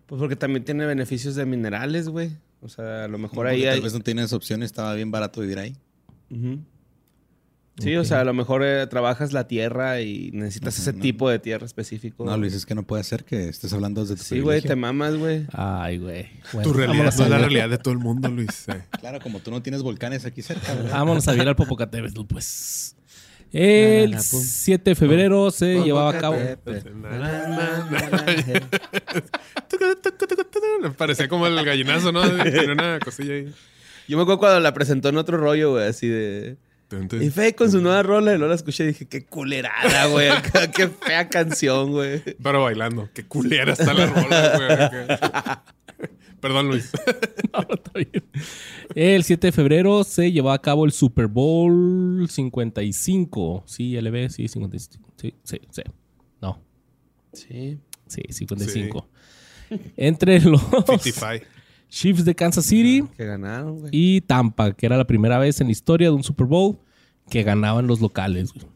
[SPEAKER 2] Pues porque también tiene beneficios de minerales, güey. O sea, a lo mejor ahí
[SPEAKER 5] Porque
[SPEAKER 2] hay...
[SPEAKER 5] Tal vez no tienes opción y estaba bien barato vivir ahí.
[SPEAKER 2] Ujú. Sí, o
[SPEAKER 1] Ok.
[SPEAKER 2] sea, a lo mejor eh, trabajas la tierra y necesitas ese
[SPEAKER 5] no.
[SPEAKER 2] tipo de tierra específico.
[SPEAKER 5] No, Luis, es que no puede ser que estés hablando desde tu
[SPEAKER 2] Sí, güey, te
[SPEAKER 5] privilegio.
[SPEAKER 2] mamas, güey.
[SPEAKER 1] Ay, güey. Bueno,
[SPEAKER 4] Tu realidad
[SPEAKER 1] vámonos
[SPEAKER 4] no
[SPEAKER 1] a
[SPEAKER 4] es la
[SPEAKER 1] ver-
[SPEAKER 4] realidad de todo el mundo, Luis. eh.
[SPEAKER 5] Claro, como tú no tienes volcanes aquí cerca, ¿verdad?
[SPEAKER 1] Vámonos a ver al Popocatépetl, pues. El
[SPEAKER 2] Na, na, na, pum.
[SPEAKER 1] 7 de febrero se llevaba a cabo...
[SPEAKER 4] Parecía como el gallinazo, ¿no? Tenía una cosilla ahí.
[SPEAKER 2] Yo me acuerdo cuando la presentó en otro rollo, güey, así de...
[SPEAKER 4] Tun, tun.
[SPEAKER 2] Y Faye con su nueva rola, y luego la escuché y dije, qué culerada, güey. acá, qué fea canción, güey.
[SPEAKER 4] Pero bailando. Qué culera está la rola, güey. acá. Perdón, Luis.
[SPEAKER 1] No, está bien. El 7 de febrero se llevó a cabo el Super Bowl 55. Sí, LB, sí, 55. Sí, sí, sí. No,
[SPEAKER 2] Sí.
[SPEAKER 1] sí, 55. Entre los
[SPEAKER 4] 55.
[SPEAKER 1] Chiefs de Kansas City
[SPEAKER 2] Que ganaron, güey.
[SPEAKER 1] y Tampa, que era la primera vez en la historia de un Super Bowl que ganaban los locales. güey.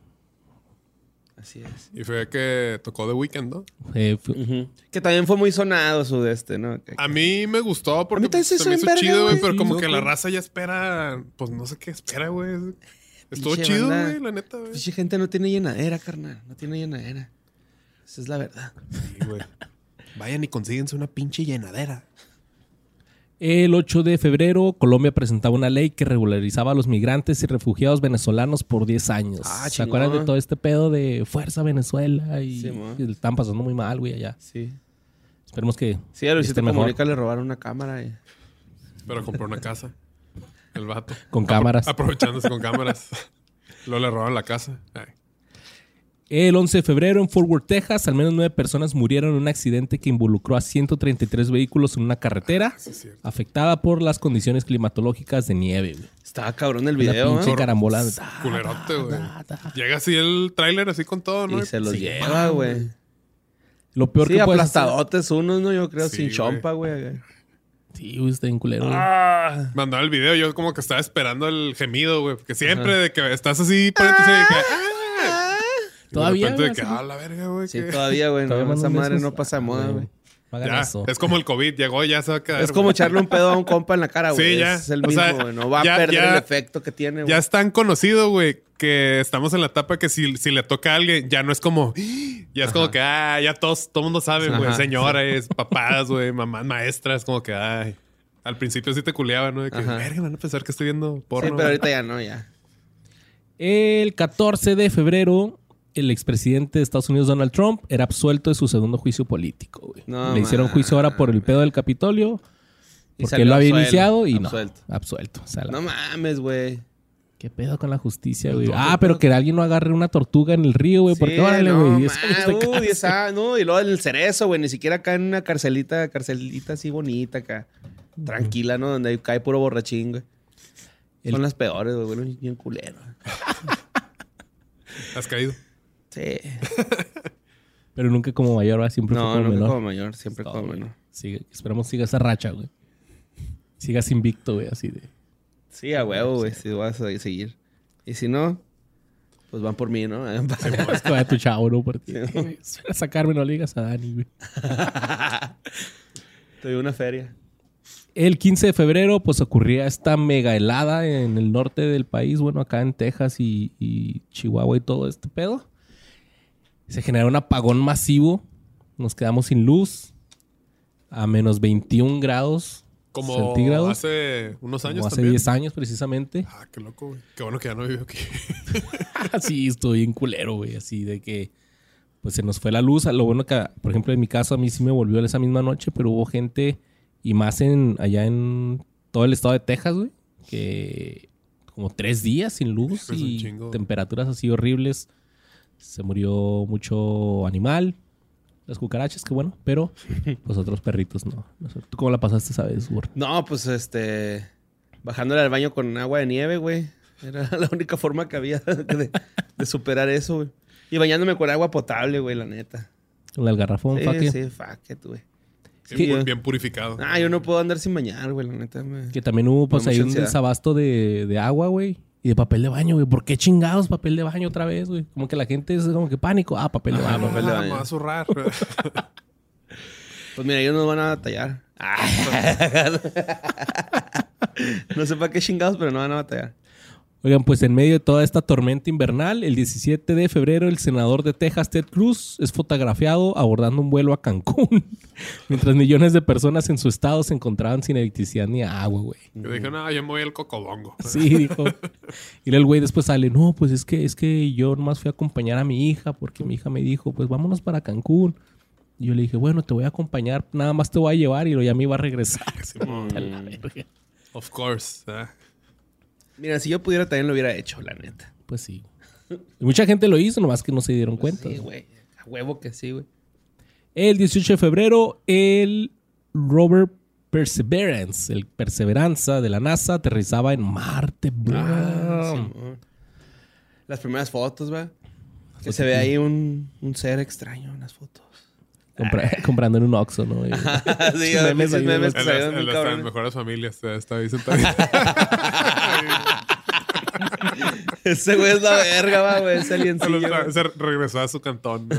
[SPEAKER 2] Así es.
[SPEAKER 4] Y fue que tocó The Weeknd, ¿no?
[SPEAKER 1] Eh, fue-
[SPEAKER 2] Ujú. Que también fue muy sonado sudeste, ¿no? Que-
[SPEAKER 4] A mí me gustó
[SPEAKER 2] A
[SPEAKER 4] porque
[SPEAKER 2] mí también
[SPEAKER 4] pues,
[SPEAKER 2] se
[SPEAKER 4] se me
[SPEAKER 2] hizo
[SPEAKER 4] hizo
[SPEAKER 2] bien verga,
[SPEAKER 4] chido, güey.
[SPEAKER 2] güey.
[SPEAKER 4] Pero como
[SPEAKER 2] Sí,
[SPEAKER 4] que la
[SPEAKER 2] loco.
[SPEAKER 4] raza ya espera... Pues no sé qué espera, güey. Estuvo
[SPEAKER 2] Pinche
[SPEAKER 4] chido,
[SPEAKER 2] banda.
[SPEAKER 4] güey. La neta, güey.
[SPEAKER 2] Pinche gente no tiene llenadera, carnal. No tiene llenadera. Esa es la verdad.
[SPEAKER 4] Vayan y consíguense una pinche llenadera.
[SPEAKER 1] El 8 de febrero, Colombia presentaba una ley que regularizaba a los migrantes y refugiados venezolanos por 10 años.
[SPEAKER 2] Ah,
[SPEAKER 1] ¿Se acuerdan
[SPEAKER 2] chingón.
[SPEAKER 1] de todo este pedo de Fuerza Venezuela? Y,
[SPEAKER 2] Sí, mo.
[SPEAKER 1] y le están pasando muy mal, güey, allá.
[SPEAKER 2] Sí.
[SPEAKER 1] Esperemos que.
[SPEAKER 2] Sí, a
[SPEAKER 1] esté
[SPEAKER 2] Luisito
[SPEAKER 1] mejor.
[SPEAKER 2] Comunica le robaron una cámara. y-
[SPEAKER 4] Pero compró una casa. El vato.
[SPEAKER 1] Con cámaras.
[SPEAKER 4] Aprovechándose con cámaras. Luego le robaron la casa. Ay.
[SPEAKER 1] El 11 de febrero en Fort Worth, Texas, al menos nueve personas murieron en un accidente que involucró a 133 vehículos en una carretera
[SPEAKER 4] Ah,
[SPEAKER 1] afectada por las condiciones climatológicas de nieve. güey.
[SPEAKER 2] Estaba cabrón el
[SPEAKER 1] La
[SPEAKER 2] video,
[SPEAKER 1] pinche
[SPEAKER 2] ¿eh?
[SPEAKER 1] carambola.
[SPEAKER 4] Culerote, güey. Llega así el tráiler así con todo, ¿no?
[SPEAKER 2] Ah, Y se los
[SPEAKER 4] Sí,
[SPEAKER 2] lleva, güey.
[SPEAKER 1] Lo peor
[SPEAKER 2] Sí,
[SPEAKER 1] que puedes hacer-
[SPEAKER 2] aplastadotes unos, ¿no? Yo creo,
[SPEAKER 4] Sí,
[SPEAKER 2] sin
[SPEAKER 4] güey.
[SPEAKER 2] chompa, güey.
[SPEAKER 1] Sí, güey, está bien culero.
[SPEAKER 2] Ah,
[SPEAKER 1] güey.
[SPEAKER 4] Mandaba el video, yo como que estaba esperando el gemido, güey. Porque siempre de que estás así, ponete así, de que, "Ah". Y
[SPEAKER 1] Todavía,
[SPEAKER 4] De repente de
[SPEAKER 1] güey,
[SPEAKER 4] que,
[SPEAKER 1] así.
[SPEAKER 4] ah, la verga, güey.
[SPEAKER 2] Sí,
[SPEAKER 4] que-
[SPEAKER 2] todavía, güey.
[SPEAKER 1] Todavía
[SPEAKER 2] no,
[SPEAKER 1] mando
[SPEAKER 2] esa madre
[SPEAKER 1] besos.
[SPEAKER 2] no pasa de moda,
[SPEAKER 1] Ah,
[SPEAKER 2] güey.
[SPEAKER 1] No hagan
[SPEAKER 4] Ya,
[SPEAKER 1] eso.
[SPEAKER 4] es como el COVID, llegó y ya se va a quedar.
[SPEAKER 2] Es como
[SPEAKER 4] güey.
[SPEAKER 2] echarle un pedo a un compa en la cara,
[SPEAKER 4] Sí,
[SPEAKER 2] güey.
[SPEAKER 4] ya.
[SPEAKER 2] Es el
[SPEAKER 4] O
[SPEAKER 2] mismo,
[SPEAKER 4] sea,
[SPEAKER 2] güey. No va
[SPEAKER 4] ya-
[SPEAKER 2] a perder
[SPEAKER 4] ya-
[SPEAKER 2] el efecto que tiene, güey.
[SPEAKER 4] Ya es tan conocido, güey, que estamos en la etapa que si, si le toca a alguien, ya no es como. "Ah", Ya es como que, ah, ya todos, todo mundo sabe, güey.
[SPEAKER 2] Ajá.
[SPEAKER 4] Señoras, papás, güey, mamás, maestras, como que, ay. Al principio sí te culeaban, ¿no? De que,
[SPEAKER 2] Ajá.
[SPEAKER 4] verga, van a pensar que estoy viendo
[SPEAKER 2] Sí,
[SPEAKER 4] porno.
[SPEAKER 2] pero ahorita ya no, ya.
[SPEAKER 1] El 14 de febrero, el expresidente de Estados Unidos, Donald Trump, era absuelto de su segundo juicio político. güey.
[SPEAKER 2] No
[SPEAKER 1] Le hicieron
[SPEAKER 2] mames.
[SPEAKER 1] juicio ahora por el pedo del Capitolio,
[SPEAKER 2] Y
[SPEAKER 1] porque
[SPEAKER 2] salió
[SPEAKER 1] él lo había
[SPEAKER 2] absuelto,
[SPEAKER 1] iniciado y
[SPEAKER 2] absuelto.
[SPEAKER 1] no. Absuelto. O sea, la-
[SPEAKER 2] No mames, güey.
[SPEAKER 1] ¿Qué pedo con la justicia, güey?
[SPEAKER 2] No,
[SPEAKER 1] ah,
[SPEAKER 2] no.
[SPEAKER 1] pero que alguien no agarre una tortuga en el río, güey. Porque
[SPEAKER 2] Sí,
[SPEAKER 1] órale,
[SPEAKER 2] no,
[SPEAKER 1] güey.
[SPEAKER 2] ma,
[SPEAKER 1] 10 años de
[SPEAKER 2] uh,
[SPEAKER 1] cárcel.
[SPEAKER 2] 10 años, no, y luego el cerezo, güey. Ni siquiera acá en una carcelita, carcelita así bonita acá. Tranquila, ¿no? Donde ahí cae puro borrachín, güey.
[SPEAKER 1] El-
[SPEAKER 2] Son las peores, güey. Bueno, bien culero.
[SPEAKER 4] Has caído.
[SPEAKER 2] Sí.
[SPEAKER 1] Pero nunca como mayor, ¿verdad? Siempre fue
[SPEAKER 2] No,
[SPEAKER 1] como
[SPEAKER 2] nunca
[SPEAKER 1] menor. Pues
[SPEAKER 2] como mayor, siempre
[SPEAKER 1] Todo,
[SPEAKER 2] como
[SPEAKER 1] güey.
[SPEAKER 2] menor.
[SPEAKER 1] Sigue- esperamos siga esa racha, güey. Sigas invicto, güey, así de.
[SPEAKER 2] Sí, a huevo, güey. Si vas a seguir. Y si no, pues van por mí, ¿no?
[SPEAKER 1] Es que va pues, tu chavo, ¿no? Por ti. Güey, espera sacarme, no le digas a Dani, güey.
[SPEAKER 2] Te dio una feria.
[SPEAKER 1] El 15 de febrero, pues ocurría esta mega helada en el norte del país, bueno, acá en Texas y, y Chihuahua y todo este pedo. Se generó un apagón masivo, nos quedamos sin luz, a menos 21 grados
[SPEAKER 4] Como
[SPEAKER 1] centígrados,
[SPEAKER 4] hace unos años
[SPEAKER 1] como hace
[SPEAKER 4] también.
[SPEAKER 1] 10 años precisamente.
[SPEAKER 4] Ah, qué loco, güey. Qué bueno que ya no vivo aquí.
[SPEAKER 1] Así estoy bien culero, güey, así de que pues se nos fue la luz. Lo bueno que, por ejemplo, en mi caso a mí sí me volvió esa misma noche, pero hubo gente y más en allá en todo el estado de Texas, güey, que como tres días sin luz
[SPEAKER 4] Es Pues, un
[SPEAKER 1] y
[SPEAKER 4] chingo.
[SPEAKER 1] temperaturas así horribles. Se murió mucho animal, las cucarachas, que bueno, pero pues otros perritos no. No sé, ¿Tú cómo la pasaste esa vez, güey?
[SPEAKER 2] No, pues este. Bajándole al baño con agua de nieve, güey. Era la única forma que había de, de superar eso, güey. Y bañándome con agua potable, güey, la neta.
[SPEAKER 1] Con el garrafón,
[SPEAKER 2] sí,
[SPEAKER 1] Oh, fuck it.
[SPEAKER 2] sí, fuck it, güey.
[SPEAKER 4] Bien,
[SPEAKER 2] Sí.
[SPEAKER 4] pu- bien purificado.
[SPEAKER 2] Ah, yo no puedo andar sin bañar, güey, la neta. me-
[SPEAKER 1] Que también hubo pues
[SPEAKER 2] mucha
[SPEAKER 1] ahí un
[SPEAKER 2] ansiedad.
[SPEAKER 1] desabasto de, de agua, güey. Y de papel de baño, güey. ¿Por qué chingados papel de baño otra vez, güey? Como que la gente es como que pánico. Ah, papel de
[SPEAKER 4] Ah,
[SPEAKER 1] baño.
[SPEAKER 4] papel de
[SPEAKER 2] Ah,
[SPEAKER 4] baño. me va a zurrar.
[SPEAKER 2] Pues mira, ellos no van a batallar. no sé para qué chingados, pero no van a batallar.
[SPEAKER 1] Oigan, pues en medio de toda esta tormenta invernal, el 17 de febrero, el senador de Texas, Ted Cruz, es fotografiado abordando un vuelo a Cancún. mientras millones de personas en su estado se encontraban sin electricidad ni agua, güey.
[SPEAKER 4] Yo dije, no, yo me voy al cocobongo.
[SPEAKER 1] Sí, dijo. Y luego el güey después sale, no, pues es que, es que yo nomás fui a acompañar a mi hija porque mi hija me dijo, pues vámonos para Cancún. Y yo le dije, bueno, te voy a acompañar, nada más te voy a llevar y lo ya me iba a regresar.
[SPEAKER 4] Simón.
[SPEAKER 1] A la verga.
[SPEAKER 4] Of course. ah.
[SPEAKER 2] Mira, si yo pudiera también lo hubiera hecho, la neta.
[SPEAKER 1] Pues sí. Y mucha gente lo hizo, nomás que no se dieron cuenta.
[SPEAKER 2] Sí, güey. A huevo que sí, güey.
[SPEAKER 1] El 18 de febrero, el rover Perseverance, el Perseveranza de la NASA, aterrizaba en Marte. bro.
[SPEAKER 2] Ah, Simón. Las primeras fotos, va. Que se ve ahí un, un ser extraño en las fotos.
[SPEAKER 1] Compra- comprando en un Oxxo, ¿no? Y-
[SPEAKER 2] Ah, sí, yo vi esos memes que
[SPEAKER 4] En las,
[SPEAKER 2] salieron
[SPEAKER 4] en
[SPEAKER 2] muy
[SPEAKER 4] las
[SPEAKER 2] cabrones.
[SPEAKER 4] mejores familias eh, está ahí sentadito.
[SPEAKER 2] Ese güey es la verga, va, güey. Ese
[SPEAKER 4] Se lo
[SPEAKER 2] aliencillo.
[SPEAKER 4] tra-
[SPEAKER 2] güey.
[SPEAKER 4] se regresó a su cantón. ¿no?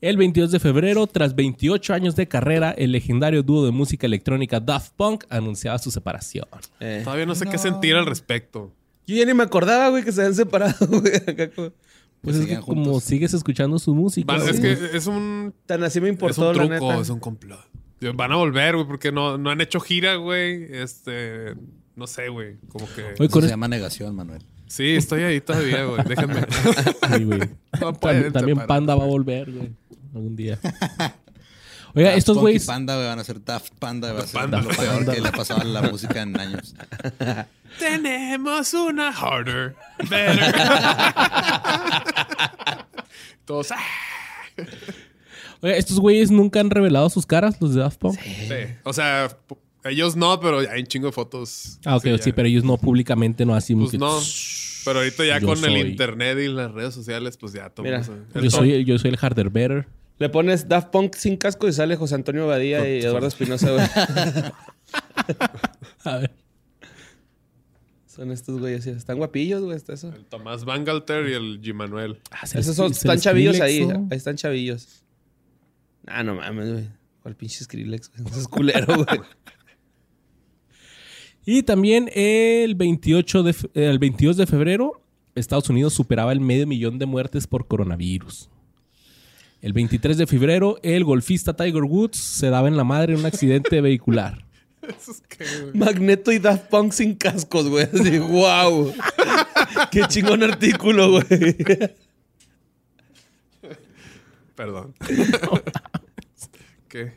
[SPEAKER 1] El 22 de febrero, tras 28 años de carrera, el legendario dúo de música electrónica Daft Punk anunciaba su separación.
[SPEAKER 2] Eh.
[SPEAKER 4] Todavía no sé qué sentir al respecto.
[SPEAKER 2] Yo ya ni me acordaba, güey, que se habían separado, güey. Acá como-
[SPEAKER 1] Pues
[SPEAKER 5] Que
[SPEAKER 1] es que
[SPEAKER 5] sigan
[SPEAKER 1] como
[SPEAKER 5] juntos.
[SPEAKER 1] sigues escuchando su música,
[SPEAKER 4] Van- es
[SPEAKER 1] güey,
[SPEAKER 4] que es un,
[SPEAKER 2] Tan así me
[SPEAKER 4] es un
[SPEAKER 2] importó, la
[SPEAKER 4] truco,
[SPEAKER 2] neta.
[SPEAKER 4] es un complot. Van a volver, güey, porque no, no han hecho gira, güey. Este, no sé, güey. Como que.
[SPEAKER 1] Oye, con
[SPEAKER 5] Eso se
[SPEAKER 1] esto-
[SPEAKER 5] llama negación, Manuel.
[SPEAKER 4] Sí, estoy ahí todavía, güey. Déjenme.
[SPEAKER 1] Sí, güey.
[SPEAKER 4] No
[SPEAKER 1] también,
[SPEAKER 4] pueden
[SPEAKER 1] también
[SPEAKER 4] separar.
[SPEAKER 1] Panda va a volver, güey. Algún día. Oiga,
[SPEAKER 5] Daft
[SPEAKER 1] estos
[SPEAKER 5] Punk y
[SPEAKER 1] güeyes...
[SPEAKER 5] Panda güey, van a ser Daft Panda, va a ser
[SPEAKER 4] Panda,
[SPEAKER 5] lo peor que le ha pasado a la música en años.
[SPEAKER 4] Tenemos una harder, better. Todos. ¡ah!
[SPEAKER 1] Oye, estos güeyes nunca han revelado sus caras, los de Daft Punk.
[SPEAKER 4] Sí. O sea, p- ellos no, pero hay un chingo de fotos.
[SPEAKER 1] Ah, ok,
[SPEAKER 4] Así ya.
[SPEAKER 1] sí, pero ellos no públicamente, no así.
[SPEAKER 4] Pues
[SPEAKER 1] que-
[SPEAKER 4] no. Pero ahorita ya
[SPEAKER 1] Yo
[SPEAKER 4] con
[SPEAKER 1] soy-
[SPEAKER 4] el internet y las redes sociales, pues ya todo.
[SPEAKER 2] Mira,
[SPEAKER 4] el mundo sabe.
[SPEAKER 1] Yo
[SPEAKER 4] El
[SPEAKER 1] soy, el- yo soy el harder better.
[SPEAKER 2] Le pones Daft Punk sin casco y sale José Antonio Badía
[SPEAKER 4] pues,
[SPEAKER 2] y Eduardo Espinosa, güey.
[SPEAKER 1] A ver.
[SPEAKER 2] Son estos güeyes, sí. están guapillos, güey, está eso.
[SPEAKER 4] Tom- el Tomás Bangalter y el G. Manuel.
[SPEAKER 1] Ah, es el-
[SPEAKER 2] Esos son,
[SPEAKER 1] es el
[SPEAKER 2] están chavillos ahí,
[SPEAKER 1] Skrillex,
[SPEAKER 2] ahí
[SPEAKER 1] ¿no?
[SPEAKER 2] están chavillos. Ah, no mames, güey. ¿Cuál pinche Skrillex, güey? Eso es culero, güey.
[SPEAKER 1] Y también el 28 de fe- eh, el 22 de febrero, Estados Unidos superaba el medio millón de muertes por coronavirus. El 23 de febrero, el golfista Tiger Woods se daba en la madre en un accidente vehicular.
[SPEAKER 4] Eso es que, güey.
[SPEAKER 2] Magneto y Daft Punk sin cascos, güey. Así, wow. Qué chingón artículo, güey.
[SPEAKER 4] Perdón. ¿Qué?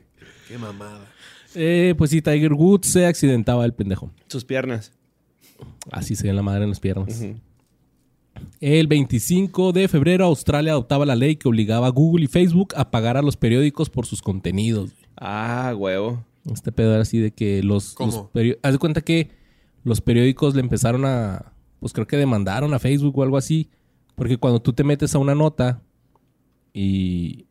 [SPEAKER 4] Qué mamada.
[SPEAKER 1] Eh, pues sí, Tiger Woods se accidentaba el pendejo.
[SPEAKER 2] Sus piernas.
[SPEAKER 1] Así se dio en la madre en las piernas. El 25 de febrero, Australia adoptaba la ley que obligaba a Google y Facebook a pagar a los periódicos por sus contenidos.
[SPEAKER 2] Ah, huevo.
[SPEAKER 1] Este pedo era así de que los...
[SPEAKER 4] ¿Cómo?
[SPEAKER 1] los perio- Haz de cuenta que los periódicos le empezaron a... Pues creo que demandaron a Facebook o algo así. Porque cuando tú te metes a una nota y...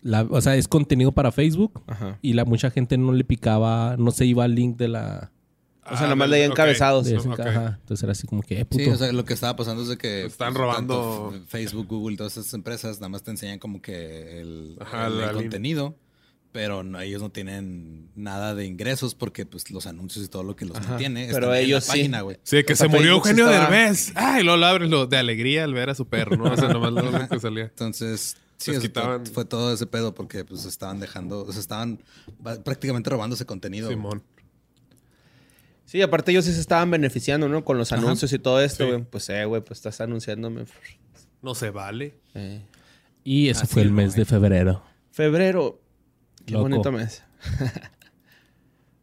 [SPEAKER 1] la- o sea, es contenido para Facebook
[SPEAKER 2] Ajá.
[SPEAKER 1] y la mucha gente no le picaba, no se iba al link de la...
[SPEAKER 2] O sea,
[SPEAKER 4] Ah,
[SPEAKER 2] nomás
[SPEAKER 4] del-
[SPEAKER 2] leía
[SPEAKER 4] ok.
[SPEAKER 2] encabezados.
[SPEAKER 1] de
[SPEAKER 4] No,
[SPEAKER 1] ese-
[SPEAKER 4] ok.
[SPEAKER 1] ajá. Entonces era así como que, eh, puto.
[SPEAKER 5] Sí, o sea, lo que estaba pasando es de que...
[SPEAKER 4] Están
[SPEAKER 5] pues, tanto
[SPEAKER 4] robando-
[SPEAKER 5] F- Facebook, Google, todas esas empresas, nada más te enseñan como que el,
[SPEAKER 4] Ajá,
[SPEAKER 5] el- el
[SPEAKER 4] la línea.
[SPEAKER 5] contenido, pero no- ellos no tienen nada de ingresos porque pues los anuncios y todo lo que los mantiene
[SPEAKER 2] pero
[SPEAKER 5] están en
[SPEAKER 2] ellos
[SPEAKER 5] la
[SPEAKER 2] sí.
[SPEAKER 5] página, güey.
[SPEAKER 4] Sí, que
[SPEAKER 2] O sea,
[SPEAKER 4] se murió
[SPEAKER 2] Facebook sí
[SPEAKER 4] Eugenio
[SPEAKER 2] estaba-
[SPEAKER 4] Derbez. Ay, lo abres lo de alegría al ver a su perro, ¿no? O sea, nomás lo lo que salía.
[SPEAKER 5] Entonces, sí,
[SPEAKER 4] Les
[SPEAKER 5] eso
[SPEAKER 4] quitaban-
[SPEAKER 5] fue, fue todo ese pedo porque pues estaban dejando, o sea, estaban ba- prácticamente robando ese contenido. güey.
[SPEAKER 4] Simón.
[SPEAKER 2] Sí, aparte ellos sí se estaban beneficiando, ¿no? Con los
[SPEAKER 5] Ajá.
[SPEAKER 2] anuncios y todo esto,
[SPEAKER 4] Sí.
[SPEAKER 2] güey. Pues, eh, güey, pues estás anunciándome.
[SPEAKER 4] No se vale.
[SPEAKER 2] Eh.
[SPEAKER 1] y ese
[SPEAKER 5] así eh.
[SPEAKER 1] fue el
[SPEAKER 5] lo
[SPEAKER 1] mes
[SPEAKER 5] es.
[SPEAKER 1] de febrero.
[SPEAKER 2] Febrero. Qué
[SPEAKER 1] Loco.
[SPEAKER 2] bonito mes.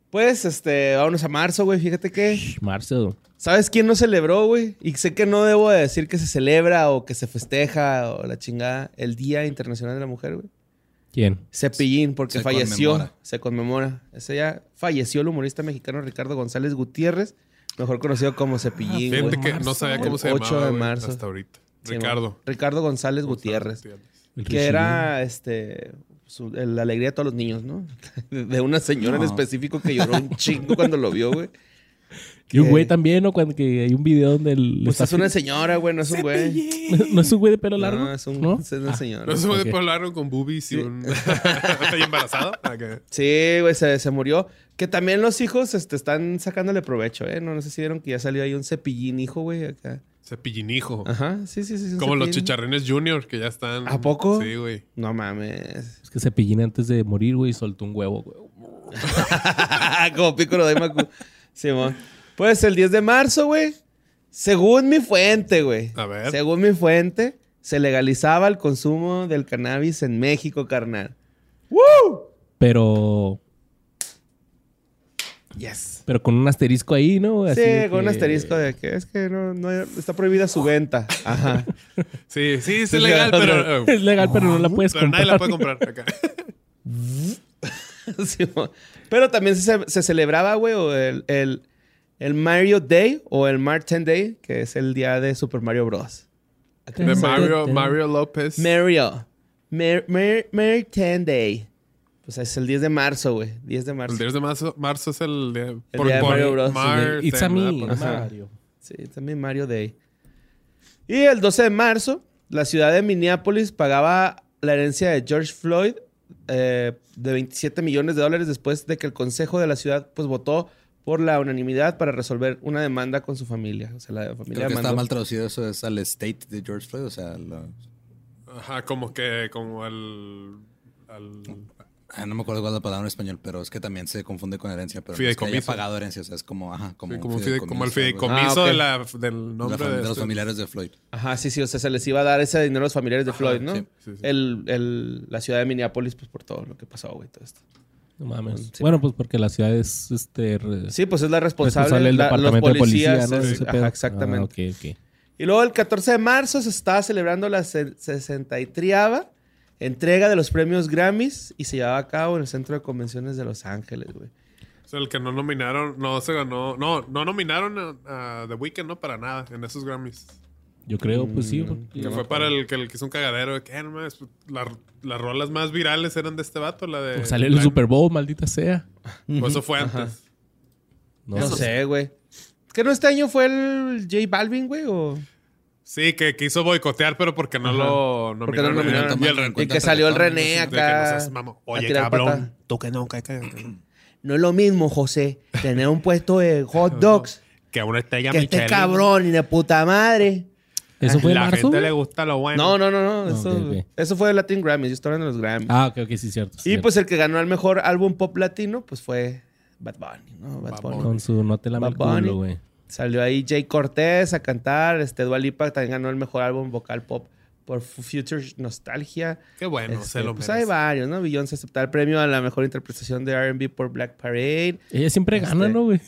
[SPEAKER 2] pues, este, vámonos a marzo, güey. Fíjate que...
[SPEAKER 1] Marzo.
[SPEAKER 2] ¿Sabes quién no celebró, güey? Y sé que no debo de decir que se celebra o que se festeja o la chingada el Día Internacional de la Mujer, güey.
[SPEAKER 1] ¿Quién?
[SPEAKER 2] Cepillín, porque
[SPEAKER 5] Se
[SPEAKER 2] falleció.
[SPEAKER 5] conmemora.
[SPEAKER 2] Se conmemora. Ese ya falleció el humorista mexicano Ricardo González Gutiérrez, mejor conocido como Cepillín,
[SPEAKER 4] Fíjate
[SPEAKER 2] güey.
[SPEAKER 4] que no sabía
[SPEAKER 2] El
[SPEAKER 4] cómo se
[SPEAKER 2] 8
[SPEAKER 4] llamaba.
[SPEAKER 2] de
[SPEAKER 4] güey,
[SPEAKER 2] marzo.
[SPEAKER 4] Hasta ahorita.
[SPEAKER 2] Sí,
[SPEAKER 4] Ricardo.
[SPEAKER 2] güey. Ricardo González Gutiérrez.
[SPEAKER 1] El
[SPEAKER 2] Que era, este, su- la alegría de todos los niños, ¿no? De una señora en
[SPEAKER 5] No.
[SPEAKER 2] específico que lloró un chingo cuando lo vio, güey.
[SPEAKER 1] Y un
[SPEAKER 2] que-
[SPEAKER 1] güey también, ¿no? Cuando que hay un video donde el...
[SPEAKER 2] Pues
[SPEAKER 1] está-
[SPEAKER 2] es una señora, güey, no es un güey.
[SPEAKER 1] ¿No es un güey de pelo largo?
[SPEAKER 2] No, es, un,
[SPEAKER 1] ¿No? Ah.
[SPEAKER 2] es una señora.
[SPEAKER 4] No se puede
[SPEAKER 1] Ok.
[SPEAKER 4] hablar con boobies y un. ¿Estoy embarazado? Ah, que-
[SPEAKER 2] Sí, güey, se, se murió. Que también los hijos este, están sacándole provecho, ¿eh? No, no sé si vieron que ya salió ahí un cepillín hijo, güey, acá.
[SPEAKER 4] Cepillinijo.
[SPEAKER 2] Ajá, sí, sí, sí. un
[SPEAKER 4] Como los
[SPEAKER 2] Cepillín.
[SPEAKER 4] chicharrines junior que ya están.
[SPEAKER 2] ¿A poco?
[SPEAKER 4] Sí, güey.
[SPEAKER 2] No mames.
[SPEAKER 1] Es que Cepillín antes de morir, güey, soltó un huevo, güey.
[SPEAKER 2] Como Piccolo de Macu. Simón. Pues el 10 de marzo, güey. Según mi fuente, güey.
[SPEAKER 4] A ver.
[SPEAKER 2] Según mi fuente, se legalizaba el consumo del cannabis en México, carnal.
[SPEAKER 1] Pero...
[SPEAKER 2] Yes.
[SPEAKER 1] Pero con un asterisco ahí, ¿no? Así
[SPEAKER 2] Sí,
[SPEAKER 1] de
[SPEAKER 2] con un
[SPEAKER 1] que-
[SPEAKER 2] asterisco de que es que no, no está prohibida su venta. Ajá.
[SPEAKER 4] Sí, sí, es
[SPEAKER 2] Sí,
[SPEAKER 4] legal,
[SPEAKER 2] sí,
[SPEAKER 4] pero.
[SPEAKER 1] Es
[SPEAKER 4] eh,
[SPEAKER 1] legal, pero no la puedes
[SPEAKER 4] Pero
[SPEAKER 1] comprar.
[SPEAKER 4] nadie la puede comprar acá.
[SPEAKER 2] Sí, mo- Pero también se, se celebraba, güey, o el, el- el Mario Day o el Martin Day, que es el día de Super Mario Bros.
[SPEAKER 4] De Mario, Mario López.
[SPEAKER 2] Mario. Mer- Mer- Martin Day. Pues es el 10 de marzo, güey. 10 de marzo.
[SPEAKER 4] El 10 de marzo, marzo es el día.
[SPEAKER 2] día de Mario Bros.
[SPEAKER 4] Mar-
[SPEAKER 1] It's a me,
[SPEAKER 4] Por-
[SPEAKER 2] Ajá.
[SPEAKER 1] Mario.
[SPEAKER 2] Sí, también Mario Day. Y el 12 de marzo, la ciudad de Minneapolis pagaba la herencia de George Floyd eh, de 27 millones de dólares después de que el consejo de la ciudad pues votó por la unanimidad para resolver una demanda con su familia. O sea, la familia
[SPEAKER 5] Creo que está
[SPEAKER 2] demandó-
[SPEAKER 5] mal traducido eso, es al estate de George Floyd, o sea, lo-
[SPEAKER 4] Ajá, como que. Como al. al
[SPEAKER 5] ah, no me acuerdo cuál es la palabra en español, pero es que también se confunde con herencia, pero no es que haya
[SPEAKER 4] Fideicomiso.
[SPEAKER 5] pagado herencia, o sea, es como, ajá, como,
[SPEAKER 4] sí,
[SPEAKER 5] un
[SPEAKER 4] como, un fide- como el
[SPEAKER 5] fideicomiso, algo así.
[SPEAKER 4] fideicomiso
[SPEAKER 2] Ah, ok.
[SPEAKER 4] de la, del
[SPEAKER 5] La
[SPEAKER 4] nombre
[SPEAKER 5] fam-
[SPEAKER 4] de,
[SPEAKER 5] de los
[SPEAKER 4] este-
[SPEAKER 5] familiares de Floyd.
[SPEAKER 2] Ajá, sí, sí. O sea, se les iba a dar ese dinero a los familiares de Floyd, ¿no?
[SPEAKER 5] sí,
[SPEAKER 4] sí, sí.
[SPEAKER 2] El- el- la ciudad de Minneapolis, pues por todo lo que pasó, güey, todo esto.
[SPEAKER 1] No mames.
[SPEAKER 2] Sí.
[SPEAKER 1] Bueno, pues porque la ciudad es, este... re-
[SPEAKER 2] Sí, pues es la responsable,
[SPEAKER 1] responsable del
[SPEAKER 2] la- los
[SPEAKER 1] departamento de
[SPEAKER 2] policías.
[SPEAKER 1] policía, ¿no?
[SPEAKER 2] es-
[SPEAKER 1] Ese
[SPEAKER 2] ajá,
[SPEAKER 1] pedo.
[SPEAKER 2] exactamente.
[SPEAKER 1] Ah, ok, ok.
[SPEAKER 2] Y luego el 14 de marzo se estaba celebrando la se- 63 entrega de los premios Grammys y se llevaba a cabo en el Centro de Convenciones de Los Ángeles, güey.
[SPEAKER 4] O sea, el que no nominaron, no se ganó, no, no nominaron a, a The Weeknd, no para nada, en esos Grammys.
[SPEAKER 1] Yo creo, pues
[SPEAKER 2] Mm.
[SPEAKER 1] sí. porque-
[SPEAKER 4] Que fue para el que, el que hizo un cagadero de que, "Ah, no mames, la- las rolas más virales eran de este vato, la de...
[SPEAKER 1] Pues salió el
[SPEAKER 4] Blind-
[SPEAKER 1] Super Bowl, maldita sea.
[SPEAKER 4] O eso fue antes.
[SPEAKER 1] No
[SPEAKER 2] No sé, güey. ¿Que no este año fue el J Balvin, güey? O...
[SPEAKER 4] Sí, que quiso boicotear, pero porque no lo nominaron.
[SPEAKER 2] Porque no lo nominaron.
[SPEAKER 4] Y el Ren-
[SPEAKER 2] Y que salió el René
[SPEAKER 4] de que no
[SPEAKER 2] acá.
[SPEAKER 4] seas mamón.
[SPEAKER 2] a
[SPEAKER 4] Oye,
[SPEAKER 2] tirar
[SPEAKER 4] cabrón.
[SPEAKER 2] pata.
[SPEAKER 4] Tú que no, que, que,
[SPEAKER 2] No es lo mismo, José, tener un puesto de hot dogs
[SPEAKER 4] que a una estrella
[SPEAKER 2] que esté
[SPEAKER 4] Michelin.
[SPEAKER 2] cabrón y de puta madre.
[SPEAKER 1] ¿Eso fue en
[SPEAKER 4] La
[SPEAKER 1] marzo?
[SPEAKER 4] gente
[SPEAKER 1] güey?
[SPEAKER 4] le gusta lo bueno.
[SPEAKER 2] No, no, no, no.
[SPEAKER 1] No,
[SPEAKER 2] eso,
[SPEAKER 1] ok, ok.
[SPEAKER 2] eso fue el Latin Grammys. Yo estaba hablando de los Grammys.
[SPEAKER 1] Ah, ok, ok, sí, cierto.
[SPEAKER 2] y
[SPEAKER 1] cierto.
[SPEAKER 2] pues el que ganó el mejor álbum pop latino, pues fue Bad Bunny, ¿no? Bad
[SPEAKER 4] Bad
[SPEAKER 2] Bunny.
[SPEAKER 1] Con su no te la
[SPEAKER 2] Bad Bunny.
[SPEAKER 1] culo, güey.
[SPEAKER 2] Salió ahí Jay Cortés a cantar. Este Dua Lipa también ganó el mejor álbum vocal pop por F- Future Nostalgia.
[SPEAKER 4] Qué bueno,
[SPEAKER 2] Este,
[SPEAKER 4] se lo
[SPEAKER 2] pues
[SPEAKER 4] merece.
[SPEAKER 2] hay varios, ¿no? Beyoncé aceptar el premio a la mejor interpretación de R&B por Black Parade.
[SPEAKER 1] Ella siempre gana,
[SPEAKER 2] Este,
[SPEAKER 1] ¿no, güey?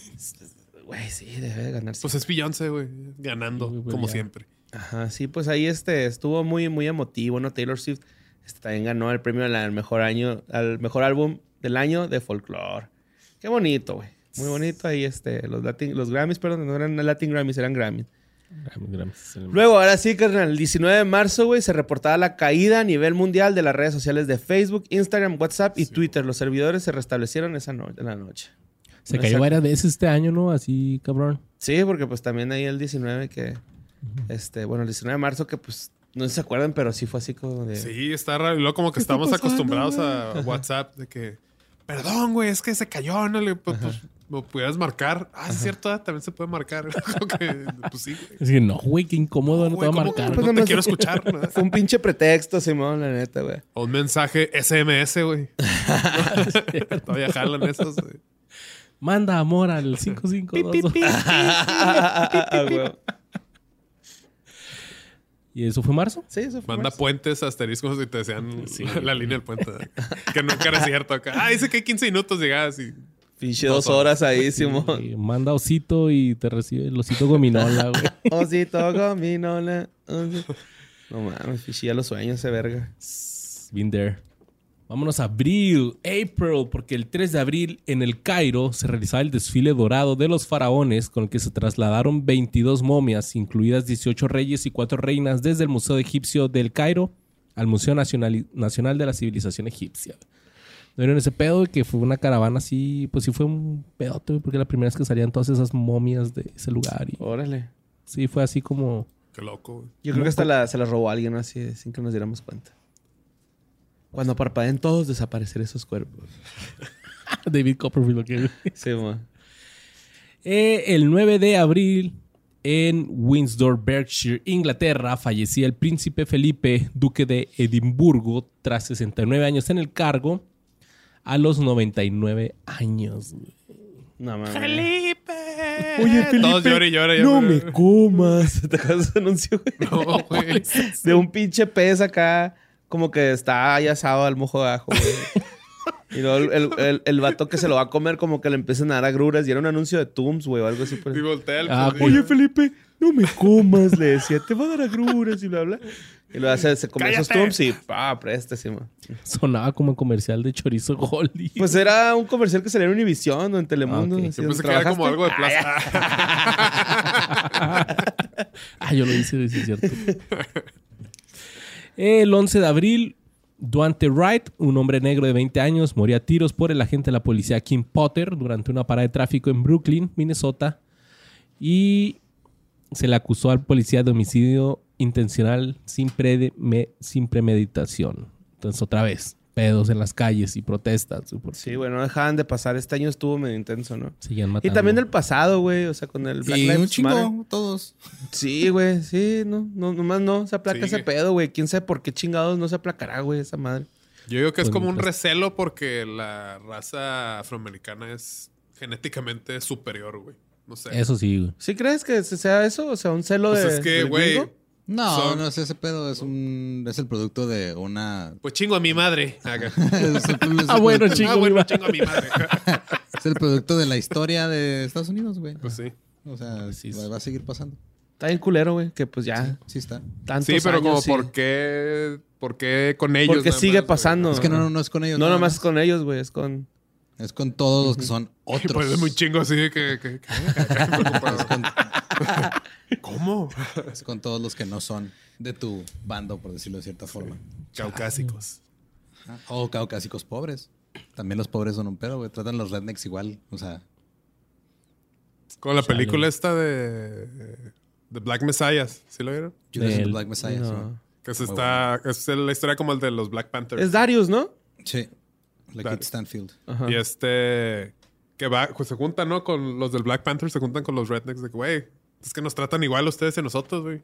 [SPEAKER 2] Güey, sí, debe de ganarse.
[SPEAKER 4] Pues es Beyoncé, güey. Ganando,
[SPEAKER 1] Sí, güey,
[SPEAKER 4] como
[SPEAKER 1] ya.
[SPEAKER 4] siempre.
[SPEAKER 2] Ajá, sí, pues ahí este estuvo muy, muy emotivo, ¿no? Taylor Swift este, también ganó el premio al mejor año, al mejor álbum del año de folklore. Qué bonito, güey. Muy bonito ahí este, los Latin, los Grammys, perdón, no eran Latin Grammys, eran Grammys.
[SPEAKER 1] Grammy, Grammy, es el-
[SPEAKER 2] Luego, ahora sí, carnal, el 19 de marzo, güey, se reportaba la caída a nivel mundial de las redes sociales de Facebook, Instagram, WhatsApp y Twitter. Los servidores se restablecieron esa no- en la noche.
[SPEAKER 1] Se cayó
[SPEAKER 2] Exacto.
[SPEAKER 1] varias veces este año, ¿no? Así, cabrón.
[SPEAKER 2] Sí, porque pues también ahí el 19 que, este, bueno, el 19 de marzo que pues, no sé si se acuerdan, pero sí fue así como de...
[SPEAKER 4] Sí, está raro. Y luego como que estamos acostumbrados a WhatsApp de que, perdón, güey, es que se cayó, no le pues, pues, lo pudieras marcar. Ah, sí, es cierto, ah, también se puede marcar. Como que, pues sí, güey.
[SPEAKER 1] Es que no, güey, qué incómodo, no te va a
[SPEAKER 4] Güey, ¿cómo
[SPEAKER 1] marcar.
[SPEAKER 4] que "Pues,
[SPEAKER 1] güey.
[SPEAKER 4] No te
[SPEAKER 2] nomás-
[SPEAKER 4] quiero escuchar. ¿no?
[SPEAKER 2] Fue un pinche pretexto, Simón, la neta, güey.
[SPEAKER 4] O un mensaje SMS, güey. Todavía jalan esos, güey.
[SPEAKER 1] Manda amor al 552.
[SPEAKER 2] Ah, güey.
[SPEAKER 1] ¿Y eso fue marzo?
[SPEAKER 2] Sí, eso fue.
[SPEAKER 4] Manda
[SPEAKER 2] marzo.
[SPEAKER 4] puentes, asteriscos y te decían la, la línea del puente. ¿eh? que nunca era cierto acá. Ah, dice que 15 minutos llegabas y...
[SPEAKER 2] Pinche
[SPEAKER 4] dos
[SPEAKER 2] dos horas ahí, Simón.
[SPEAKER 1] Eh, manda osito y te recibe el osito gominola, güey.
[SPEAKER 2] Oh, Osito gominola. osito. Oh, No mames, pinche ya los sueños, ese verga.
[SPEAKER 1] Been there. Vámonos a abril, April, porque el 3 de abril en el Cairo se realizaba el desfile dorado de los faraones con el que se trasladaron 22 momias, incluidas 18 reyes y 4 reinas, desde el Museo Egipcio del Cairo al Museo Nacional, Nacional de la Civilización Egipcia. ¿No vieron ese pedo? Que fue una caravana así, pues sí fue un pedote, güey, porque la primera vez que salían todas esas momias de ese lugar. Y
[SPEAKER 2] Órale.
[SPEAKER 1] sí, fue así como...
[SPEAKER 4] Qué loco, güey.
[SPEAKER 2] Yo creo que hasta la- se las robó alguien ¿no? así, sin que nos diéramos cuenta. Cuando parpadeen todos, desaparecer esos cuerpos.
[SPEAKER 1] David Copperfield, lo que...
[SPEAKER 2] Simón.
[SPEAKER 1] Eh, el 9 de abril, en Windsor, Berkshire, Inglaterra, fallecía el príncipe Felipe, duque de Edimburgo, tras 69 años en el cargo, a los 99 años. güey.
[SPEAKER 2] No mames.
[SPEAKER 4] ¡Felipe!
[SPEAKER 2] Oye,
[SPEAKER 4] Todos
[SPEAKER 2] Felipe,
[SPEAKER 4] lloran y lloran. ya,
[SPEAKER 2] No me
[SPEAKER 4] güey.
[SPEAKER 2] comas. ¿Te acuerdas de ese anuncio, güey?
[SPEAKER 4] No, güey.
[SPEAKER 2] de un pinche pez acá, como que está ahí asado al mojo de ajo, güey. Y luego el, el, el- el vato que se lo va a comer, como que le empiezan a dar agruras. Y era un anuncio de Tums, güey, o algo así. Por...
[SPEAKER 4] Y voltea el
[SPEAKER 1] Ah,
[SPEAKER 4] pues,
[SPEAKER 2] Oye,
[SPEAKER 4] y-
[SPEAKER 2] Felipe, no me comas, le decía, te va a dar agruras y bla, bla. Y lo hace, se come esos
[SPEAKER 4] ¡Cállate!
[SPEAKER 2] Tums y ah, pa, préstese, man.
[SPEAKER 1] Sonaba como comercial de chorizo Goldie.
[SPEAKER 2] Pues era un comercial que salía en Univision o en Telemundo.
[SPEAKER 1] Ah, ok.
[SPEAKER 2] así
[SPEAKER 4] Yo
[SPEAKER 2] donde
[SPEAKER 4] pensé que era como
[SPEAKER 2] trabajaste.
[SPEAKER 4] algo de plaza.
[SPEAKER 1] Ah, yo lo hice, sí, es cierto. El 11 de abril, Duante Wright, un hombre negro de 20 años, moría a tiros por el agente de la policía Kim Potter durante una parada de tráfico en Brooklyn, Minnesota. Y se le acusó al policía de homicidio intencional sin, prede- sin premeditación. Entonces, otra vez, pedos en las calles y protestas. güey, porque
[SPEAKER 2] Sí, güey, no dejaban de pasar. Este año estuvo medio intenso, ¿no?
[SPEAKER 1] seguían
[SPEAKER 2] Y
[SPEAKER 1] matando.
[SPEAKER 2] también del pasado, güey, o sea, con el Black
[SPEAKER 5] Y un
[SPEAKER 2] Lives Matter.
[SPEAKER 5] chingo, todos.
[SPEAKER 2] Sí, güey, sí, no, no, nomás no se aplaca
[SPEAKER 4] Sigue.
[SPEAKER 2] ese pedo, güey. Quién sabe por qué chingados no se aplacará, güey, esa madre.
[SPEAKER 4] Yo digo que es
[SPEAKER 1] Con
[SPEAKER 4] como un
[SPEAKER 1] otras-
[SPEAKER 4] recelo porque la raza afroamericana es genéticamente superior, güey. No sé.
[SPEAKER 1] Eso sí, güey.
[SPEAKER 2] ¿Sí crees que se- sea eso? O sea, un celo
[SPEAKER 4] Pues
[SPEAKER 2] de.
[SPEAKER 4] es que,
[SPEAKER 2] del
[SPEAKER 4] güey,
[SPEAKER 2] gringo?
[SPEAKER 5] No,
[SPEAKER 4] Son-
[SPEAKER 5] no es ese pedo, es un es el producto de una
[SPEAKER 4] pues chingo a mi madre. Acá.
[SPEAKER 5] es el, es el
[SPEAKER 1] Ah, bueno,
[SPEAKER 5] producto-
[SPEAKER 1] Chingo
[SPEAKER 4] ah,
[SPEAKER 1] a mi
[SPEAKER 4] bueno,
[SPEAKER 1] madre.
[SPEAKER 4] chingo a mi madre.
[SPEAKER 5] es el producto de la historia de Estados Unidos, güey.
[SPEAKER 4] pues sí.
[SPEAKER 5] O sea,
[SPEAKER 1] Así es.
[SPEAKER 5] va, va a seguir pasando.
[SPEAKER 2] Está bien culero, güey, que pues ya
[SPEAKER 5] Ah, Sí está.
[SPEAKER 2] tantos
[SPEAKER 4] Sí, pero como
[SPEAKER 2] años, sí.
[SPEAKER 4] por qué, por qué con ellos.
[SPEAKER 2] Porque
[SPEAKER 4] nada
[SPEAKER 2] sigue
[SPEAKER 4] más, güey?
[SPEAKER 2] pasando.
[SPEAKER 5] Es que no, no es con ellos.
[SPEAKER 2] No,
[SPEAKER 5] nada
[SPEAKER 2] nomás es con ellos, güey, es con...
[SPEAKER 5] Es con todos los que son
[SPEAKER 4] Y
[SPEAKER 5] otros.
[SPEAKER 4] Pues es muy chingo así de que. que- que-
[SPEAKER 5] es, con,
[SPEAKER 4] ¿Cómo?
[SPEAKER 5] es con todos los que no son de tu bando, por decirlo de cierta forma.
[SPEAKER 4] Caucásicos.
[SPEAKER 5] Ajá. O caucásicos pobres. También los pobres son un pedo, güey. Tratan a los rednecks igual. O sea,
[SPEAKER 4] Con la película esta de. de Black Messiah. ¿Sí lo vieron?
[SPEAKER 5] Judas and the
[SPEAKER 1] Del-
[SPEAKER 5] Black Messiah.
[SPEAKER 2] Pues no.
[SPEAKER 4] Que se
[SPEAKER 5] Muy
[SPEAKER 4] está. Es la historia como el de los Black Panthers.
[SPEAKER 2] Es Darius, ¿no?
[SPEAKER 5] Sí. La
[SPEAKER 4] Claro.
[SPEAKER 5] Kid Stanfield.
[SPEAKER 2] Ajá.
[SPEAKER 4] Y este. Que va, pues se juntan, ¿no? Con los del Black Panther, se juntan con los Rednecks. De que, güey, es que nos tratan igual ustedes y nosotros, güey.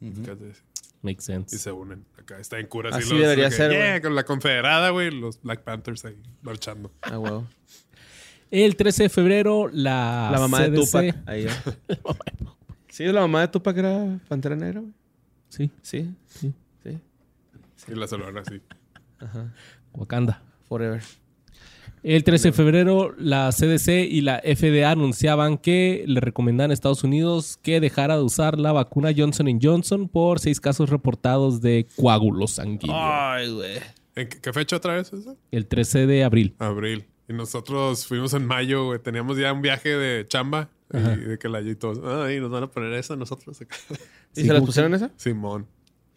[SPEAKER 1] Makes
[SPEAKER 4] Y
[SPEAKER 1] sense.
[SPEAKER 4] se unen. Acá está en cura.
[SPEAKER 2] Así debería
[SPEAKER 4] que,
[SPEAKER 2] ser,
[SPEAKER 4] "Yeah",
[SPEAKER 2] güey.
[SPEAKER 4] con la confederada, güey, los Black Panthers ahí marchando.
[SPEAKER 2] Ah, huevo.
[SPEAKER 1] El 13 de febrero, la.
[SPEAKER 2] La mamá de
[SPEAKER 1] CDC
[SPEAKER 2] Tupac. Ahí, eh. Sí, la mamá de Tupac era Pantera Negra, güey.
[SPEAKER 1] Sí,
[SPEAKER 2] Sí,
[SPEAKER 1] Sí.
[SPEAKER 2] sí.
[SPEAKER 4] Y la saludaron así.
[SPEAKER 1] Wakanda.
[SPEAKER 2] Forever.
[SPEAKER 1] El 13 de febrero, la CDC y la FDA anunciaban que le recomendaban a Estados Unidos que dejara de usar la vacuna Johnson Johnson por seis casos reportados de coágulos sanguíneos.
[SPEAKER 4] Ah.
[SPEAKER 2] Ay, güey.
[SPEAKER 4] ¿En qué, qué fecha otra vez es esa?
[SPEAKER 1] El 13 de abril.
[SPEAKER 4] Abril. Y nosotros fuimos en mayo, güey. Teníamos ya un viaje de chamba. Y de que la y todos, ay, nos van a poner eso a nosotros. acá".
[SPEAKER 2] ¿Y
[SPEAKER 1] Sí,
[SPEAKER 2] se las
[SPEAKER 1] como
[SPEAKER 2] pusieron esa?
[SPEAKER 4] Simón.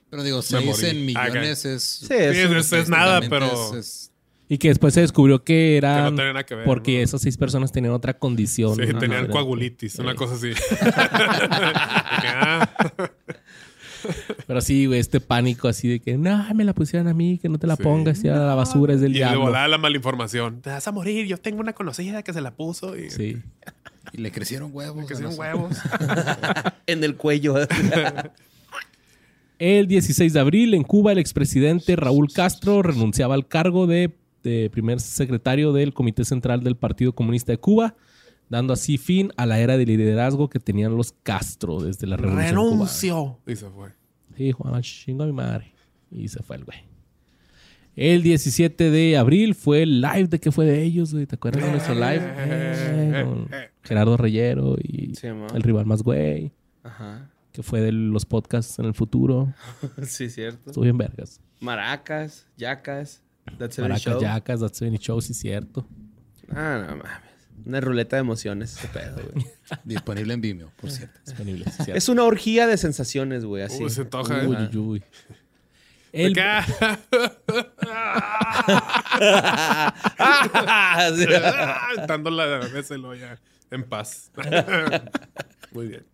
[SPEAKER 5] Pero digo,
[SPEAKER 4] morí.
[SPEAKER 5] 6 en
[SPEAKER 4] Ah,
[SPEAKER 5] millones es.
[SPEAKER 2] Sí, es-
[SPEAKER 4] Sí, es, es nada,
[SPEAKER 5] totalmente
[SPEAKER 4] pero.
[SPEAKER 5] es- es-
[SPEAKER 1] Y que después se descubrió que
[SPEAKER 4] Que no
[SPEAKER 1] eran...
[SPEAKER 4] tenía nada que ver,
[SPEAKER 1] porque
[SPEAKER 4] ¿no?
[SPEAKER 1] esas seis personas tenían otra condición.
[SPEAKER 4] Sí,
[SPEAKER 1] Ajá.
[SPEAKER 4] tenían
[SPEAKER 1] Era-
[SPEAKER 4] coagulitis, una
[SPEAKER 1] Sí.
[SPEAKER 4] cosa así. De que, ah,
[SPEAKER 1] Pero sí, güey, este pánico así de que, no, me la pusieron a mí, que no te la
[SPEAKER 4] Sí.
[SPEAKER 1] pongas, ya la basura es del
[SPEAKER 4] y de
[SPEAKER 1] diablo.
[SPEAKER 4] volada la malinformación. Te vas a morir, yo tengo una conocida que se la puso y
[SPEAKER 1] Sí.
[SPEAKER 5] Y le crecieron huevos.
[SPEAKER 4] que
[SPEAKER 5] a
[SPEAKER 4] hicieron
[SPEAKER 5] los-
[SPEAKER 4] huevos.
[SPEAKER 2] En el cuello.
[SPEAKER 1] El 16 de abril, en Cuba, el expresidente Raúl Castro renunciaba al cargo de, de primer secretario del Comité Central del Partido Comunista de Cuba, dando así fin a la era de liderazgo que tenían los Castro desde la Revolución Renuncio.
[SPEAKER 4] Renuncio. Y se fue.
[SPEAKER 1] Sí, Juan, chingo a mi madre. Y se fue el güey. El 17 de abril fue el live de que fue de ellos, güey. ¿Te acuerdas de nuestro live? Eh, con Gerardo Reyero y
[SPEAKER 2] Sí, ma.
[SPEAKER 1] el rival más güey,
[SPEAKER 2] Ajá.
[SPEAKER 1] que fue de los podcasts en el futuro.
[SPEAKER 2] Sí, cierto.
[SPEAKER 1] Estuvo bien vergas.
[SPEAKER 2] Maracas, yacas. That's it,
[SPEAKER 1] Maracas,
[SPEAKER 2] show.
[SPEAKER 1] yacas, That's Any Show, sí, cierto.
[SPEAKER 2] Ah, no mames. Una ruleta de emociones. ese pedo, güey.
[SPEAKER 5] Disponible en Vimeo, por cierto.
[SPEAKER 1] Disponible, sí, cierto.
[SPEAKER 2] Es una orgía de sensaciones, güey. Así.
[SPEAKER 4] Uh, se antoja.
[SPEAKER 1] Uy,
[SPEAKER 4] ¿eh?
[SPEAKER 1] uy, uy.
[SPEAKER 4] De
[SPEAKER 1] El,
[SPEAKER 4] que, ah,
[SPEAKER 2] Ah, sí.
[SPEAKER 4] Dándola de la mesa y luego ya en paz. Muy bien.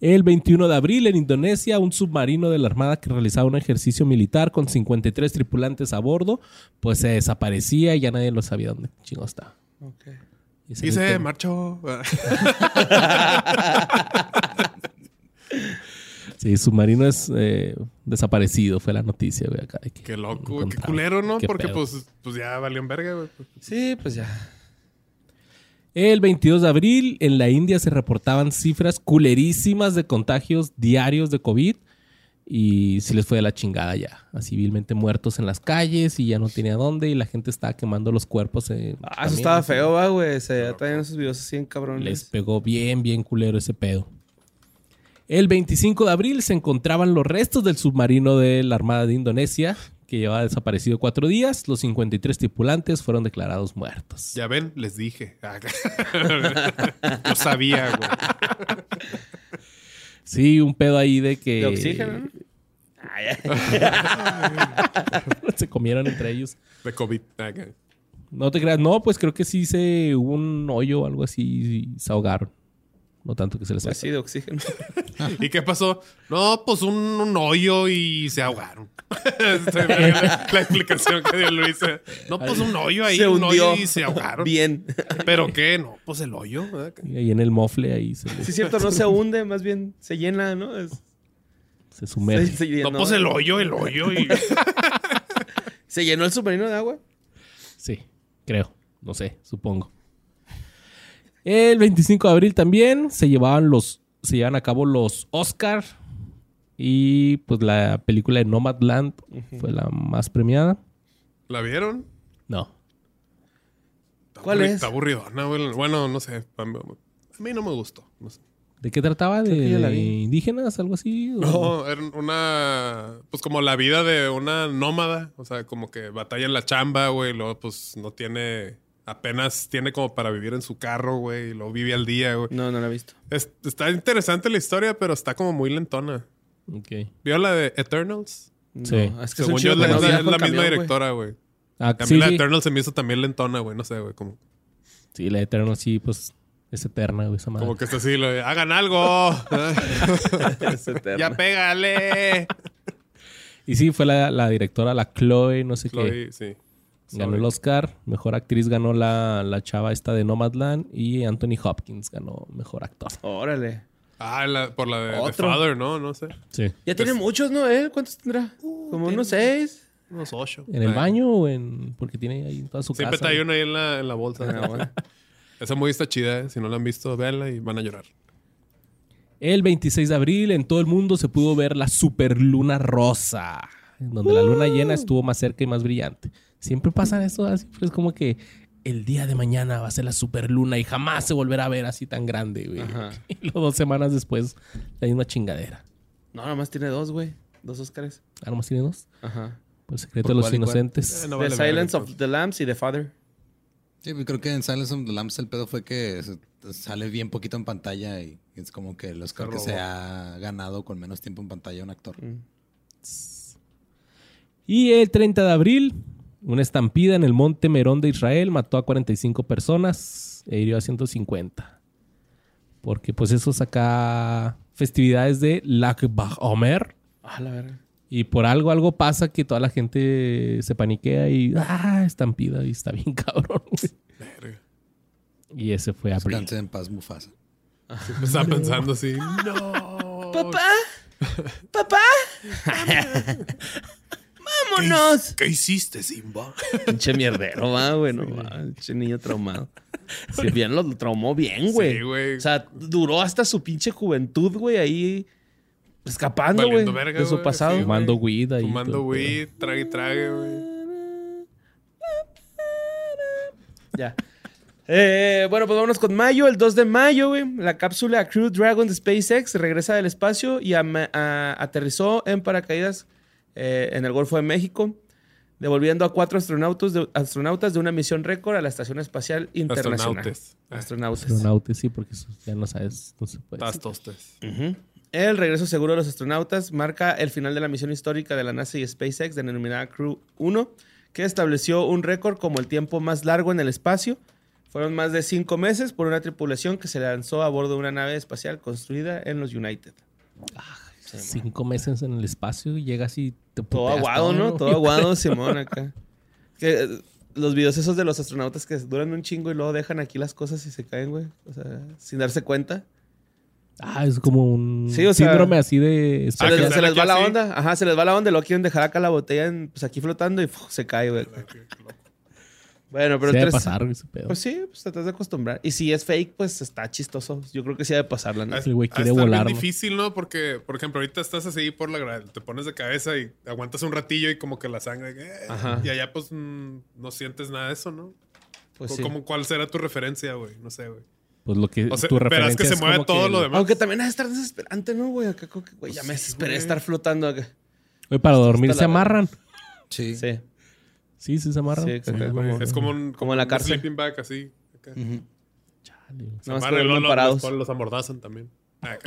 [SPEAKER 1] el 21 de abril, en Indonesia, un submarino de la Armada que realizaba un ejercicio militar con 53 tripulantes a bordo, pues se desaparecía y ya nadie lo sabía dónde chingo estaba.
[SPEAKER 2] Ok.
[SPEAKER 1] Y
[SPEAKER 4] Y
[SPEAKER 1] se-
[SPEAKER 4] se marchó.
[SPEAKER 1] Sí, submarino es eh, desaparecido, fue la noticia, güey, acá. de que
[SPEAKER 4] Qué loco,
[SPEAKER 1] no
[SPEAKER 4] güey. Qué
[SPEAKER 1] encontraban.
[SPEAKER 4] culero, ¿no?
[SPEAKER 1] Qué
[SPEAKER 4] Porque
[SPEAKER 1] pedo.
[SPEAKER 4] pues, pues ya valió en verga, güey.
[SPEAKER 2] Sí, pues ya.
[SPEAKER 1] El 22 de abril en la India se reportaban cifras culerísimas de contagios diarios de COVID y se les fue de la chingada ya. A civilmente muertos en las calles y ya no tenía dónde y la gente estaba quemando los cuerpos. en
[SPEAKER 2] Ah, eso
[SPEAKER 1] caminos.
[SPEAKER 2] estaba feo, va, güey. Se ya traían esos videos así en cabrones.
[SPEAKER 1] Les pegó bien, bien culero ese pedo. El 25 de abril se encontraban los restos del submarino de la Armada de Indonesia que llevaba desaparecido cuatro días. Los 53 tripulantes fueron declarados muertos.
[SPEAKER 4] Ya ven, les dije. Yo sabía, güey.
[SPEAKER 1] Sí, un pedo ahí de que...
[SPEAKER 2] De oxígeno, ¿no? Ah, Ay, ay.
[SPEAKER 1] se comieron entre ellos.
[SPEAKER 4] De COVID. Ah, que-
[SPEAKER 1] No te creas, no, pues creo que sí se hubo un hoyo o algo así y se ahogaron. No tanto que se les
[SPEAKER 2] Pues sí,
[SPEAKER 1] haya.
[SPEAKER 2] de oxígeno.
[SPEAKER 4] ¿Y qué pasó? No, pues un, un hoyo y se ahogaron. Esta es la, la explicación que dio Luis. No, pues un hoyo ahí, un hoyo y se ahogaron.
[SPEAKER 2] Bien.
[SPEAKER 4] ¿Pero qué? No, pues el hoyo. ah, que-
[SPEAKER 1] Y ahí en el mofle ahí se, les-
[SPEAKER 2] Sí, es cierto, no se hunde, más bien se llena, ¿no? Es-
[SPEAKER 1] se
[SPEAKER 2] se,
[SPEAKER 1] sumerge.
[SPEAKER 2] se llenó,
[SPEAKER 4] No, pues el hoyo, el hoyo. Y...
[SPEAKER 2] ¿Se llenó el submarino de agua.
[SPEAKER 1] Sí, creo. No sé, supongo. El 25 de abril también se llevaban los se llevan a cabo los Oscar y pues la película de Nomadland fue la más premiada.
[SPEAKER 4] ¿La vieron?
[SPEAKER 1] No.
[SPEAKER 4] Está
[SPEAKER 2] ¿Cuál
[SPEAKER 4] aburri-
[SPEAKER 2] es?
[SPEAKER 4] Está aburridona, güey. Bueno, no sé. A mí, a mí no me gustó. No sé.
[SPEAKER 1] ¿De qué trataba? ¿De,
[SPEAKER 2] Creo que ya la
[SPEAKER 1] de
[SPEAKER 2] vi.
[SPEAKER 1] indígenas? ¿Algo así? ¿O-
[SPEAKER 4] No, era una. Pues como la vida de una nómada. O sea, como que batalla en la chamba, güey. y Luego, pues no tiene. Apenas tiene como para vivir en su carro, güey. Y luego vive al día, güey.
[SPEAKER 2] No, no la he visto.
[SPEAKER 4] Es- está interesante la historia, pero está como muy lentona.
[SPEAKER 1] Ok.
[SPEAKER 4] ¿Vio la de Eternals?
[SPEAKER 2] No,
[SPEAKER 1] Sí.
[SPEAKER 2] es que es un
[SPEAKER 4] Según
[SPEAKER 2] chido
[SPEAKER 4] yo, es la,
[SPEAKER 2] que nos
[SPEAKER 4] es la
[SPEAKER 2] viaja en
[SPEAKER 4] misma
[SPEAKER 2] camión, güey.
[SPEAKER 4] directora, güey.
[SPEAKER 1] Ah,
[SPEAKER 4] A mí
[SPEAKER 1] sí,
[SPEAKER 4] la de
[SPEAKER 1] sí.
[SPEAKER 4] Eternals se me hizo también lentona, güey. No sé, güey. Como,
[SPEAKER 1] Sí, la de Eterno sí, pues es eterna, güey, esa madre.
[SPEAKER 4] como que está así, lo de, hagan algo.
[SPEAKER 2] Es eterna.
[SPEAKER 4] ya pégale.
[SPEAKER 1] Y sí, fue la, la directora, la Chloe, no sé qué.
[SPEAKER 4] Chloe, sí.
[SPEAKER 1] Ganó el Oscar. Mejor actriz ganó la, la chava esta de Nomadland. Y Anthony Hopkins ganó mejor actor.
[SPEAKER 2] Órale.
[SPEAKER 4] Ah, la- por la de, de
[SPEAKER 2] Otro.
[SPEAKER 4] Father, ¿no? No sé.
[SPEAKER 1] Sí.
[SPEAKER 2] Ya tiene muchos, ¿no? ¿Eh? ¿Cuántos tendrá?
[SPEAKER 4] Uh,
[SPEAKER 2] Como unos seis.
[SPEAKER 4] Unos ocho.
[SPEAKER 1] ¿En el
[SPEAKER 4] Ah.
[SPEAKER 1] baño o en...? Porque tiene ahí en toda su
[SPEAKER 4] Siempre
[SPEAKER 1] casa.
[SPEAKER 4] está ahí uno ahí en la, en la bolsa.
[SPEAKER 2] Ah, bueno.
[SPEAKER 4] Esa movie está chida, ¿eh? Si no la han visto, véanla y van a llorar.
[SPEAKER 1] El 26 de abril en todo el mundo se pudo ver la superluna rosa, en donde la luna llena estuvo más cerca y más brillante. Siempre pasan eso, así, pues, es como que el día de mañana va a ser la superluna y jamás se volverá a ver así tan grande, güey.
[SPEAKER 2] Ajá.
[SPEAKER 1] Y luego dos semanas después, la misma chingadera.
[SPEAKER 2] No, nomás tiene dos, güey. Dos Óscares.
[SPEAKER 1] Ah, nomás tiene dos.
[SPEAKER 2] Ajá.
[SPEAKER 1] Por el secreto
[SPEAKER 5] ¿Por
[SPEAKER 1] de los
[SPEAKER 5] cuál y cuál?
[SPEAKER 1] inocentes.
[SPEAKER 4] Eh,
[SPEAKER 2] the
[SPEAKER 4] no vale verga,
[SPEAKER 2] Silence of
[SPEAKER 4] entonces.
[SPEAKER 2] the Lambs y The Father.
[SPEAKER 5] Sí, pues, creo que en Silence of the Lambs el pedo fue que se- sale bien poquito en pantalla y es como que el Oscar
[SPEAKER 4] Se
[SPEAKER 5] que se
[SPEAKER 4] robó.
[SPEAKER 5] ha ganado con menos tiempo en pantalla un actor.
[SPEAKER 2] Mm.
[SPEAKER 1] Y el 30 de abril, una estampida en el monte Merón de Israel mató a 45 personas e hirió a 150. Porque pues eso saca festividades de Lakbah Omer.
[SPEAKER 2] Ah, la verga.
[SPEAKER 1] Y por algo, algo pasa que toda la gente se paniquea y ¡ah! Estampida y está bien cabrón.
[SPEAKER 4] Verga.
[SPEAKER 1] Y ese fue abril.
[SPEAKER 5] Descanse en paz, Mufasa.
[SPEAKER 4] Me estaba pensando así, no.
[SPEAKER 2] ¡Papá! ¡Papá! ¡Vámonos!
[SPEAKER 4] ¿Qué hiciste, Simba?
[SPEAKER 2] Pinche mierdero, va, güey. No, va. Pinche niño traumado. Si bien lo traumó bien, güey.
[SPEAKER 4] Sí, güey.
[SPEAKER 2] O sea, duró hasta su pinche juventud, güey, ahí escapando, güey.
[SPEAKER 4] Valiendo verga,
[SPEAKER 2] De su
[SPEAKER 4] güey,
[SPEAKER 2] pasado.
[SPEAKER 4] sí, güey.
[SPEAKER 1] Fumando weed ahí.
[SPEAKER 4] Fumando
[SPEAKER 1] todo,
[SPEAKER 4] weed, trague, y trague, güey.
[SPEAKER 2] Ya. Eh, bueno, pues vámonos con mayo. El 2 de mayo, güey, la cápsula Crew Dragon de SpaceX regresa del espacio y ama- a- aterrizó en paracaídas eh, en el Golfo de México, devolviendo a cuatro astronautas de, astronautas de una misión récord a la Estación Espacial Internacional.
[SPEAKER 4] Astronautas. Ah,
[SPEAKER 2] Astronautas.
[SPEAKER 1] Astronauta, sí, porque eso ya no sabes, no se puede.
[SPEAKER 4] Estás tostes.
[SPEAKER 2] Ujú. El regreso seguro de los astronautas marca el final de la misión histórica de la NASA y SpaceX denominada Crew 1, que estableció un récord como el tiempo más largo en el espacio. Fueron más de cinco meses por una tripulación que se lanzó a bordo de una nave espacial construida en los United.
[SPEAKER 1] Cinco meses en el espacio y llegas y te
[SPEAKER 2] Todo
[SPEAKER 1] puteas
[SPEAKER 2] aguado,
[SPEAKER 1] todo,
[SPEAKER 2] ¿no? Todo aguado, Simón, acá. Que, eh, los videos esos de los astronautas que duran un chingo y luego dejan aquí las cosas y se caen, güey. O sea, sin darse cuenta.
[SPEAKER 1] Ah, es como un
[SPEAKER 2] Sí, o sea-
[SPEAKER 1] síndrome así de...
[SPEAKER 2] Se,
[SPEAKER 4] Ah,
[SPEAKER 2] les,
[SPEAKER 4] que
[SPEAKER 2] se
[SPEAKER 4] sale
[SPEAKER 2] les
[SPEAKER 4] aquí
[SPEAKER 2] va la
[SPEAKER 4] así.
[SPEAKER 2] onda, ajá, se les va la onda y luego quieren dejar acá la botella en- pues aquí flotando y fu, se cae, güey.
[SPEAKER 4] Ah,
[SPEAKER 2] Bueno, pero
[SPEAKER 1] se debe
[SPEAKER 2] tres-
[SPEAKER 1] pasar güey, ese pedo.
[SPEAKER 2] Pues sí, pues tratas de acostumbrar. Y si es fake, pues está chistoso. Yo creo que sí debe pasar la neta.
[SPEAKER 1] el güey
[SPEAKER 4] Ah, Ha de
[SPEAKER 1] quiere
[SPEAKER 4] estar
[SPEAKER 1] volar,
[SPEAKER 4] bien
[SPEAKER 1] ¿no?
[SPEAKER 4] difícil, ¿no? Porque, por ejemplo, ahorita estás así por la gra- te pones de cabeza y aguantas un ratillo y como que la sangre. eh,
[SPEAKER 2] Ajá.
[SPEAKER 4] Y allá, pues, mm, no sientes nada de eso, ¿no?
[SPEAKER 2] Pues
[SPEAKER 4] Co-
[SPEAKER 2] sí.
[SPEAKER 4] como, ¿Cuál será tu referencia, güey? No sé, güey.
[SPEAKER 1] Pues lo que
[SPEAKER 4] O sea,
[SPEAKER 1] tu
[SPEAKER 4] verás
[SPEAKER 1] referencia
[SPEAKER 4] que se
[SPEAKER 1] es
[SPEAKER 4] mueve
[SPEAKER 1] como
[SPEAKER 4] todo
[SPEAKER 1] que-
[SPEAKER 4] lo demás.
[SPEAKER 2] Aunque también ha de estar desesperante, ¿no, güey? Acá como que, güey,
[SPEAKER 4] Pues
[SPEAKER 2] ya me desesperé de estar flotando acá.
[SPEAKER 1] Oye, para dormir
[SPEAKER 2] Está
[SPEAKER 1] se
[SPEAKER 2] la verga.
[SPEAKER 1] amarran.
[SPEAKER 5] Sí.
[SPEAKER 2] Sí.
[SPEAKER 1] Sí, sí se amarran.
[SPEAKER 2] Sí,
[SPEAKER 1] Sí,
[SPEAKER 2] creo que
[SPEAKER 1] güey.
[SPEAKER 2] como-
[SPEAKER 4] Es como un,
[SPEAKER 2] como en la
[SPEAKER 4] un
[SPEAKER 2] cárcel. Mm.
[SPEAKER 4] sleeping bag así. acá.
[SPEAKER 5] Ujú.
[SPEAKER 1] Chale, güey.
[SPEAKER 2] Nada más
[SPEAKER 4] Amarra
[SPEAKER 2] que
[SPEAKER 4] y luego
[SPEAKER 2] duerman
[SPEAKER 4] los-
[SPEAKER 2] parados.
[SPEAKER 4] Los, los amordazan también. Acá.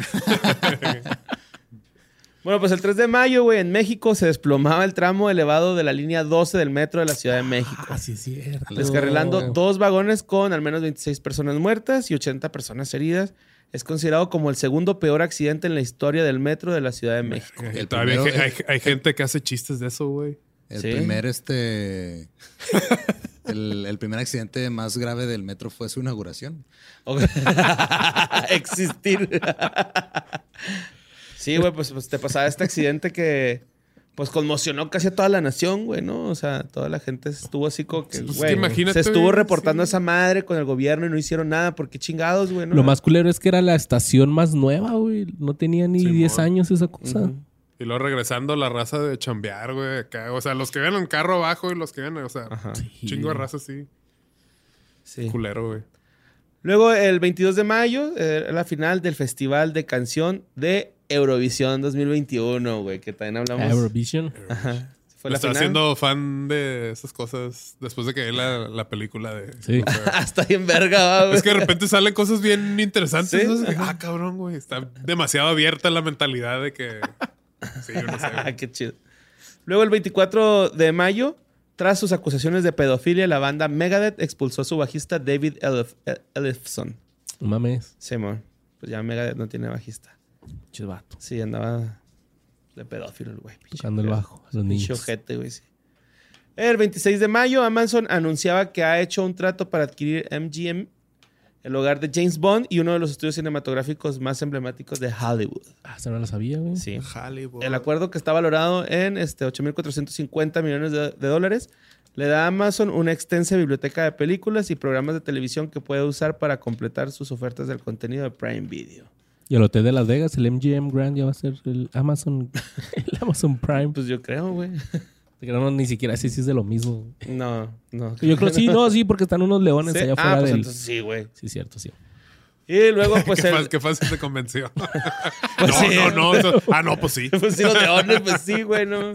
[SPEAKER 2] Bueno, pues el 3 de mayo, güey, en México se desplomaba el tramo elevado de la línea 12 del metro de la Ciudad de México.
[SPEAKER 1] Ah, sí es cierto.
[SPEAKER 2] Descarrilando dos vagones con al menos 26 personas muertas y 80 personas heridas. Es considerado como el segundo peor accidente en la historia del metro de la Ciudad de México.
[SPEAKER 4] Y
[SPEAKER 5] El
[SPEAKER 4] todavía hay,
[SPEAKER 5] primero-
[SPEAKER 4] hay- hay gente que hace chistes de eso, güey.
[SPEAKER 5] El
[SPEAKER 2] Sí.
[SPEAKER 5] primer este. el, el primer accidente más grave del metro fue su inauguración.
[SPEAKER 2] Ok. Existir. sí, güey, pues, pues, te pasaba este accidente que pues conmocionó casi a toda la nación, güey, ¿no? O sea, toda la gente estuvo así como que,
[SPEAKER 4] Sí, pues,
[SPEAKER 2] güey,
[SPEAKER 4] que imagínate,
[SPEAKER 2] se estuvo
[SPEAKER 4] güey,
[SPEAKER 2] reportando
[SPEAKER 4] sí.
[SPEAKER 2] esa madre con el gobierno y no hicieron nada, porque chingados, güey, ¿no?
[SPEAKER 1] Lo más culero es que era la estación más nueva, güey. No tenía ni
[SPEAKER 4] Simón.
[SPEAKER 1] 10 años esa cosa.
[SPEAKER 2] Ujú.
[SPEAKER 4] Y luego regresando la raza de chambear, güey. acá. O sea, los que ven en carro abajo y los que ven, o sea,
[SPEAKER 2] Ajá.
[SPEAKER 1] Sí.
[SPEAKER 4] chingo de raza así.
[SPEAKER 2] Ah. Sí.
[SPEAKER 4] Culero, güey.
[SPEAKER 2] Luego, el 22 de mayo, eh, la final del Festival de Canción de Eurovisión 2021, güey, que también hablamos.
[SPEAKER 1] Eurovision.
[SPEAKER 2] Ajá. Fue
[SPEAKER 4] Me
[SPEAKER 2] la
[SPEAKER 4] está
[SPEAKER 2] final.
[SPEAKER 4] haciendo fan de esas cosas después de que vi la, la película de.
[SPEAKER 1] Sí.
[SPEAKER 4] o sea,
[SPEAKER 2] Hasta Ah, bien verga, va, güey.
[SPEAKER 4] es que de repente salen cosas bien interesantes.
[SPEAKER 2] Sí.
[SPEAKER 4] ¿no? Es que, Ah, cabrón, güey. Está demasiado abierta la mentalidad de que. Sí, yo no sé. güey.
[SPEAKER 2] Ah, Qué chido. Luego, el 24 de mayo, tras sus acusaciones de pedofilia, la banda Megadeth expulsó a su bajista David Elef- El- Elefson.
[SPEAKER 1] No mames.
[SPEAKER 2] Simón. Pues ya Megadeth no tiene bajista.
[SPEAKER 1] Pinche vato.
[SPEAKER 2] Sí, andaba de pedófilo el güey. pinche
[SPEAKER 1] Tocando el
[SPEAKER 2] pedo.
[SPEAKER 1] bajo a los
[SPEAKER 2] Pinche
[SPEAKER 1] niños.
[SPEAKER 2] ojete, güey, sí. El 26 de mayo, Amazon anunciaba que ha hecho un trato para adquirir MGM, el hogar de James Bond y uno de los estudios cinematográficos más emblemáticos de Hollywood.
[SPEAKER 1] Ah, esa no la sabía, güey.
[SPEAKER 2] Sí.
[SPEAKER 4] Hollywood.
[SPEAKER 2] El acuerdo que está valorado en este, 8.450 millones de, de dólares le da a Amazon una extensa biblioteca de películas y programas de televisión que puede usar para completar sus ofertas del contenido de Prime Video.
[SPEAKER 1] Y el hotel de Las Vegas, el MGM Grand, ya va a ser el Amazon, el Amazon Prime.
[SPEAKER 2] Pues yo creo, güey.
[SPEAKER 1] Que no, ni siquiera sé si es de lo mismo.
[SPEAKER 2] No, no.
[SPEAKER 1] Yo creo sí, no, sí, porque están unos leones
[SPEAKER 2] Sí.
[SPEAKER 1] allá
[SPEAKER 2] Ah,
[SPEAKER 1] afuera
[SPEAKER 2] pues
[SPEAKER 1] del.
[SPEAKER 2] entonces sí, güey.
[SPEAKER 1] Sí, cierto, sí.
[SPEAKER 2] Y luego, pues
[SPEAKER 4] qué,
[SPEAKER 2] el...
[SPEAKER 4] fácil, qué fácil te convenció.
[SPEAKER 2] Pues
[SPEAKER 4] no,
[SPEAKER 2] sí.
[SPEAKER 4] no, no, eso- Ah, no, pues sí.
[SPEAKER 2] pues sí, los leones, pues sí, güey, no.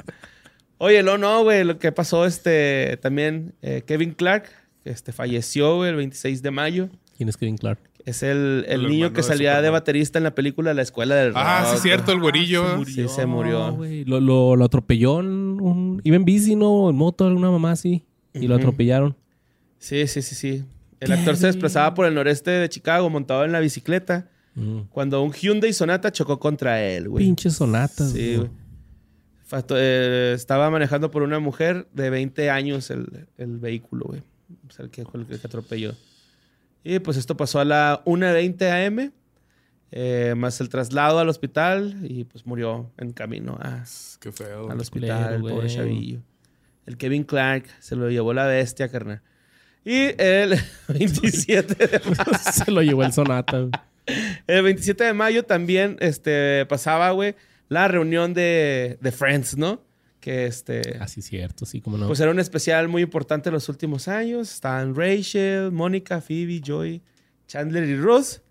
[SPEAKER 2] Oye, no, no, güey, lo que pasó, este, también eh, Kevin Clark, este, falleció güey, el 26 de mayo.
[SPEAKER 1] ¿Quién es Kevin Clark?
[SPEAKER 2] Es el, el
[SPEAKER 4] El
[SPEAKER 2] niño
[SPEAKER 4] hermano
[SPEAKER 2] que
[SPEAKER 4] de
[SPEAKER 2] salía de
[SPEAKER 4] Superman.
[SPEAKER 2] baterista en la película La Escuela del Rock.
[SPEAKER 4] Ah, sí, cierto, el
[SPEAKER 1] se
[SPEAKER 4] güerillo.
[SPEAKER 1] murió.
[SPEAKER 2] Sí, se murió.
[SPEAKER 1] güey. Lo, lo, lo atropelló en un... Iba en bici, ¿no? En moto, alguna mamá así. Y lo
[SPEAKER 2] Ujú.
[SPEAKER 1] atropellaron.
[SPEAKER 2] Sí, sí, sí, sí. El actor se desplazaba por el noreste de Chicago montado en la bicicleta
[SPEAKER 1] Mm.
[SPEAKER 2] cuando un Hyundai Sonata chocó contra él, güey.
[SPEAKER 1] Pinches sonatas, güey.
[SPEAKER 2] Sí, güey. Fato- eh, estaba manejando por una mujer de 20 años el, el vehículo, güey. O sea, el que fue el que atropelló. Y pues esto pasó a la 1.20 am, eh, más el traslado al hospital y pues murió en camino a-
[SPEAKER 4] Qué feo.
[SPEAKER 2] al hospital,
[SPEAKER 1] culero,
[SPEAKER 2] el pobre
[SPEAKER 1] güey.
[SPEAKER 2] chavillo. El Kevin Clark se lo llevó la bestia, carnal. Y el 27 de
[SPEAKER 1] Se lo llevó el sonata, güey.
[SPEAKER 2] el 27 de mayo también este, pasaba, güey, la reunión de, de Friends, ¿no? Que este.
[SPEAKER 1] Ah, sí, cierto, sí, como no.
[SPEAKER 2] Pues era un especial muy importante en los últimos años. Estaban Rachel, Mónica, Phoebe, Joy, Chandler y Ross.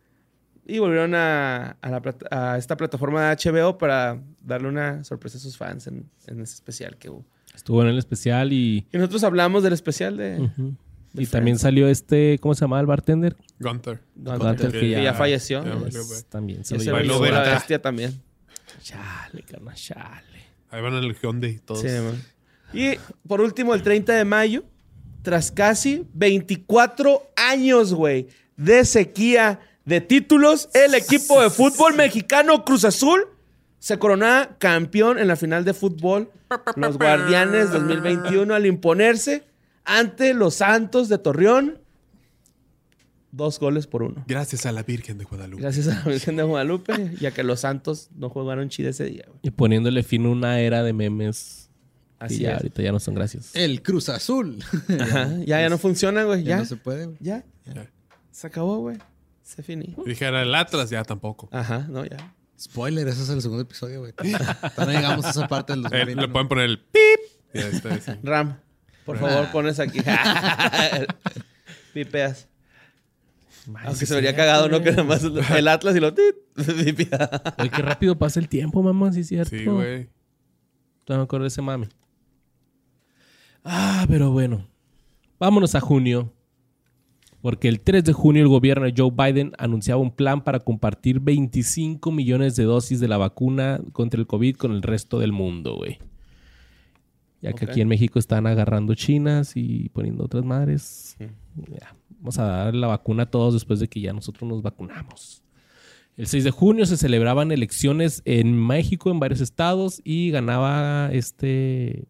[SPEAKER 2] Y volvieron a, a la plata- a esta plataforma de HBO para darle una sorpresa a sus fans en, en ese especial que hubo.
[SPEAKER 1] Estuvo en el especial y...
[SPEAKER 2] Y nosotros hablamos del especial eh, de
[SPEAKER 1] Ujú.
[SPEAKER 2] The
[SPEAKER 1] Y también
[SPEAKER 2] Friends.
[SPEAKER 1] salió este... ¿Cómo se llamaba el bartender?
[SPEAKER 4] Gunther.
[SPEAKER 2] Gunther,
[SPEAKER 1] Gunther,
[SPEAKER 2] que,
[SPEAKER 1] que
[SPEAKER 2] ya,
[SPEAKER 1] ya-
[SPEAKER 2] falleció.
[SPEAKER 4] ya
[SPEAKER 2] Y
[SPEAKER 4] valió.
[SPEAKER 1] Es- también se lo
[SPEAKER 2] ese
[SPEAKER 1] llevó. el
[SPEAKER 4] bailó,
[SPEAKER 2] bailó
[SPEAKER 1] sonata.
[SPEAKER 2] la
[SPEAKER 4] ¿verdad?
[SPEAKER 2] bestia también.
[SPEAKER 1] Chale, carnal, chale.
[SPEAKER 4] Ahí van el Hyundai y todos.
[SPEAKER 2] Sí, man. Y por último, el 30 de mayo, tras casi 24 años, güey, de sequía de títulos, el equipo de fútbol mexicano Cruz Azul se coronaba campeón en la final de fútbol los Guardianes 2021 al imponerse ante los Santos de Torreón. Dos goles por uno.
[SPEAKER 4] Gracias a la Virgen de Guadalupe.
[SPEAKER 2] Gracias a la Virgen de Guadalupe, ya que los Santos no jugaron chido ese día. güey.
[SPEAKER 1] Y poniéndole fin a una era de memes. Así
[SPEAKER 2] Así
[SPEAKER 1] ya
[SPEAKER 2] es.
[SPEAKER 1] ahorita ya no son gracias.
[SPEAKER 5] El Cruz Azul.
[SPEAKER 2] Ajá. Ya, ya no funciona, güey.
[SPEAKER 5] ya
[SPEAKER 2] Ya.
[SPEAKER 5] no se puede, güey.
[SPEAKER 2] Ya.
[SPEAKER 4] Ya.
[SPEAKER 2] Se acabó, güey. Se finí.
[SPEAKER 1] Uh.
[SPEAKER 4] Dijera el Atlas, ya tampoco.
[SPEAKER 2] Ajá, no, ya.
[SPEAKER 5] Spoiler, ese es el segundo episodio, güey. Todavía no llegamos a esa parte del
[SPEAKER 2] pues,
[SPEAKER 4] Eh, le
[SPEAKER 5] 2021.
[SPEAKER 4] pueden poner el pip. Y ahí está, sí.
[SPEAKER 2] Ram, por favor, pones aquí. Pipeas. Aunque se vería cagado, ¿no? Que nada más el Atlas y lo... tit, pipea.
[SPEAKER 1] Oye, qué rápido pasa el tiempo, mamá, sí es cierto.
[SPEAKER 4] Sí, güey.
[SPEAKER 1] Todavía me acuerdo de ese mami. Ah, pero bueno. Vámonos a junio. Porque el 3 de junio el gobierno de Joe Biden anunciaba un plan para compartir 25 millones de dosis de la vacuna contra el COVID con el resto del mundo, güey. Ya que
[SPEAKER 2] Ok.
[SPEAKER 1] aquí en México están agarrando chinas y poniendo otras madres. Ya, vamos a dar la vacuna a todos después de que ya nosotros nos vacunamos. El 6 de junio se celebraban elecciones en México, en varios estados, y ganaba este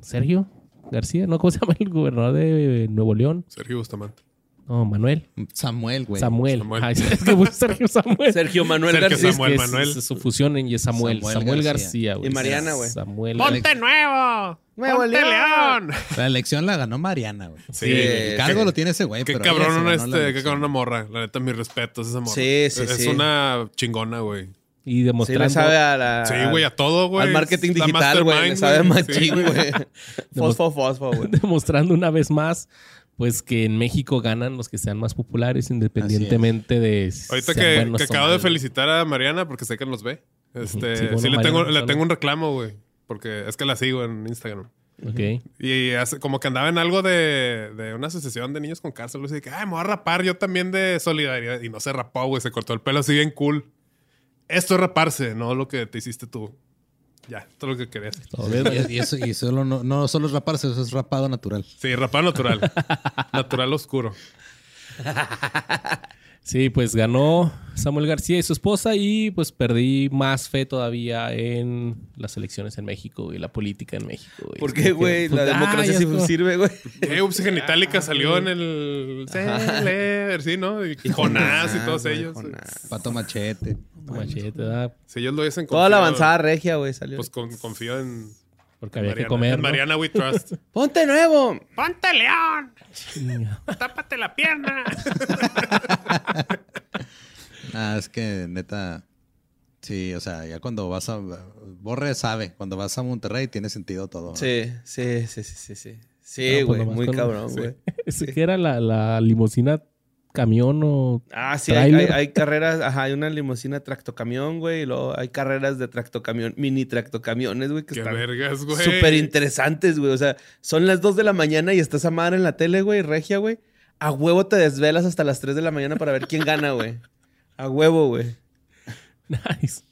[SPEAKER 1] Sergio García, ¿no? ¿Cómo se llama el gobernador de Nuevo León?
[SPEAKER 4] Sergio Bustamante.
[SPEAKER 1] No, Manuel.
[SPEAKER 5] Samuel, güey.
[SPEAKER 1] Samuel.
[SPEAKER 4] Samuel.
[SPEAKER 1] Ay, es que fue Sergio Samuel.
[SPEAKER 2] Sergio Manuel
[SPEAKER 4] Sergio
[SPEAKER 2] García.
[SPEAKER 4] Samuel
[SPEAKER 1] Es-
[SPEAKER 4] Manuel.
[SPEAKER 1] es su fusión en y es Samuel.
[SPEAKER 5] Samuel
[SPEAKER 1] Samuel,
[SPEAKER 5] García.
[SPEAKER 1] García, güey.
[SPEAKER 2] Y Mariana, güey.
[SPEAKER 1] Samuel.
[SPEAKER 4] ¡Ponte nuevo!
[SPEAKER 2] Nuevo
[SPEAKER 4] ¡Ponte
[SPEAKER 2] León!
[SPEAKER 4] León!
[SPEAKER 5] La elección la ganó Mariana, güey.
[SPEAKER 4] Sí.
[SPEAKER 5] El cargo lo tiene ese güey.
[SPEAKER 4] Qué
[SPEAKER 5] pero ella se
[SPEAKER 4] cabrón
[SPEAKER 5] ganó la
[SPEAKER 4] este, qué
[SPEAKER 5] elección.
[SPEAKER 4] cabrón una morra. La neta, mis respetos a esa morra.
[SPEAKER 2] Sí, sí,
[SPEAKER 4] es
[SPEAKER 2] sí.
[SPEAKER 4] una chingona, güey.
[SPEAKER 1] Y
[SPEAKER 2] Sí, le
[SPEAKER 1] demostrando,
[SPEAKER 2] sabe a la...
[SPEAKER 4] Sí, güey, a todo, güey.
[SPEAKER 2] Al marketing
[SPEAKER 4] Es la
[SPEAKER 2] digital, güey. Le
[SPEAKER 4] mastermind,
[SPEAKER 2] sabe
[SPEAKER 4] güey.
[SPEAKER 2] machín,
[SPEAKER 4] Sí.
[SPEAKER 2] güey. Fosfo, fosfo, güey.
[SPEAKER 1] demostrando una vez más pues que en México ganan los que sean más populares independientemente de si
[SPEAKER 4] Ahorita
[SPEAKER 1] sean
[SPEAKER 4] que,
[SPEAKER 1] buenos o
[SPEAKER 4] que acabo de
[SPEAKER 1] malos.
[SPEAKER 4] felicitar a Mariana porque sé que nos ve. Este,
[SPEAKER 1] Sí,
[SPEAKER 4] sí,
[SPEAKER 1] bueno,
[SPEAKER 4] le,
[SPEAKER 1] Mariana
[SPEAKER 4] tengo, le
[SPEAKER 1] González.
[SPEAKER 4] tengo un reclamo, güey. Porque es que la sigo en Instagram.
[SPEAKER 1] Ok.
[SPEAKER 4] Y hace- como que andaba en algo de, de una asociación de niños con cárcel. Y dije, ay, me voy a rapar yo también de solidaridad. Y no se rapó, güey. Se cortó el pelo así bien cool. Esto es raparse, no lo que te hiciste tú. Ya, esto es lo que querías.
[SPEAKER 1] Todo bien.
[SPEAKER 5] Y, y eso, y solo no, no solo es raparse, eso es rapado natural.
[SPEAKER 4] Sí, rapar natural. natural oscuro.
[SPEAKER 1] Sí, pues ganó Samuel García y su esposa y pues perdí más fe todavía en las elecciones en México y la política en México. güey.
[SPEAKER 2] ¿Por
[SPEAKER 1] Es
[SPEAKER 2] qué,
[SPEAKER 1] como
[SPEAKER 2] güey?
[SPEAKER 1] que-
[SPEAKER 2] La
[SPEAKER 1] Ah,
[SPEAKER 2] democracia
[SPEAKER 1] ya
[SPEAKER 2] sí
[SPEAKER 1] es como-
[SPEAKER 2] sirve, güey.
[SPEAKER 4] Eh, Ups, genitálica salió en el. Celeber, sí, ¿no? Y Jonás y todos
[SPEAKER 2] güey,
[SPEAKER 4] ellos.
[SPEAKER 2] Jonás.
[SPEAKER 5] Pato machete.
[SPEAKER 1] Machete, ¿verdad?
[SPEAKER 4] Si ellos lo dicen
[SPEAKER 2] Toda la
[SPEAKER 4] confío-
[SPEAKER 2] avanzada regia, güey, salió.
[SPEAKER 4] Pues con- confío en.
[SPEAKER 1] Porque había
[SPEAKER 4] Mariana,
[SPEAKER 1] que comer.
[SPEAKER 4] en
[SPEAKER 1] ¿no?
[SPEAKER 4] Mariana We Trust.
[SPEAKER 2] ¡Ponte nuevo!
[SPEAKER 4] ¡Ponte león! ¡Tápate la pierna!
[SPEAKER 5] Ah, es que neta. Sí, o sea, ya cuando vas a. Borre sabe, cuando vas a Monterrey tiene sentido todo.
[SPEAKER 2] Sí, sí, sí, sí, sí, sí. Sí,
[SPEAKER 1] No, pues,
[SPEAKER 2] Eh, güey,
[SPEAKER 1] nomás
[SPEAKER 2] muy
[SPEAKER 1] con-
[SPEAKER 2] cabrón,
[SPEAKER 1] sí.
[SPEAKER 2] güey.
[SPEAKER 1] ¿Ese que era la, la limusina camión o...?
[SPEAKER 2] Ah, sí, hay,
[SPEAKER 1] Tráiler.
[SPEAKER 2] hay- hay carreras, ajá, hay una limusina tractocamión, güey, y luego hay carreras de tractocamión, mini tractocamiones, güey, que
[SPEAKER 4] ¡Qué
[SPEAKER 2] están
[SPEAKER 4] vergas, güey!
[SPEAKER 2] súper interesantes, güey. O sea, son las 2 de la mañana y estás a madre en la tele, güey, regia, güey. A huevo te desvelas hasta las 3 de la mañana para ver quién gana, güey. A huevo, güey.
[SPEAKER 1] Nice.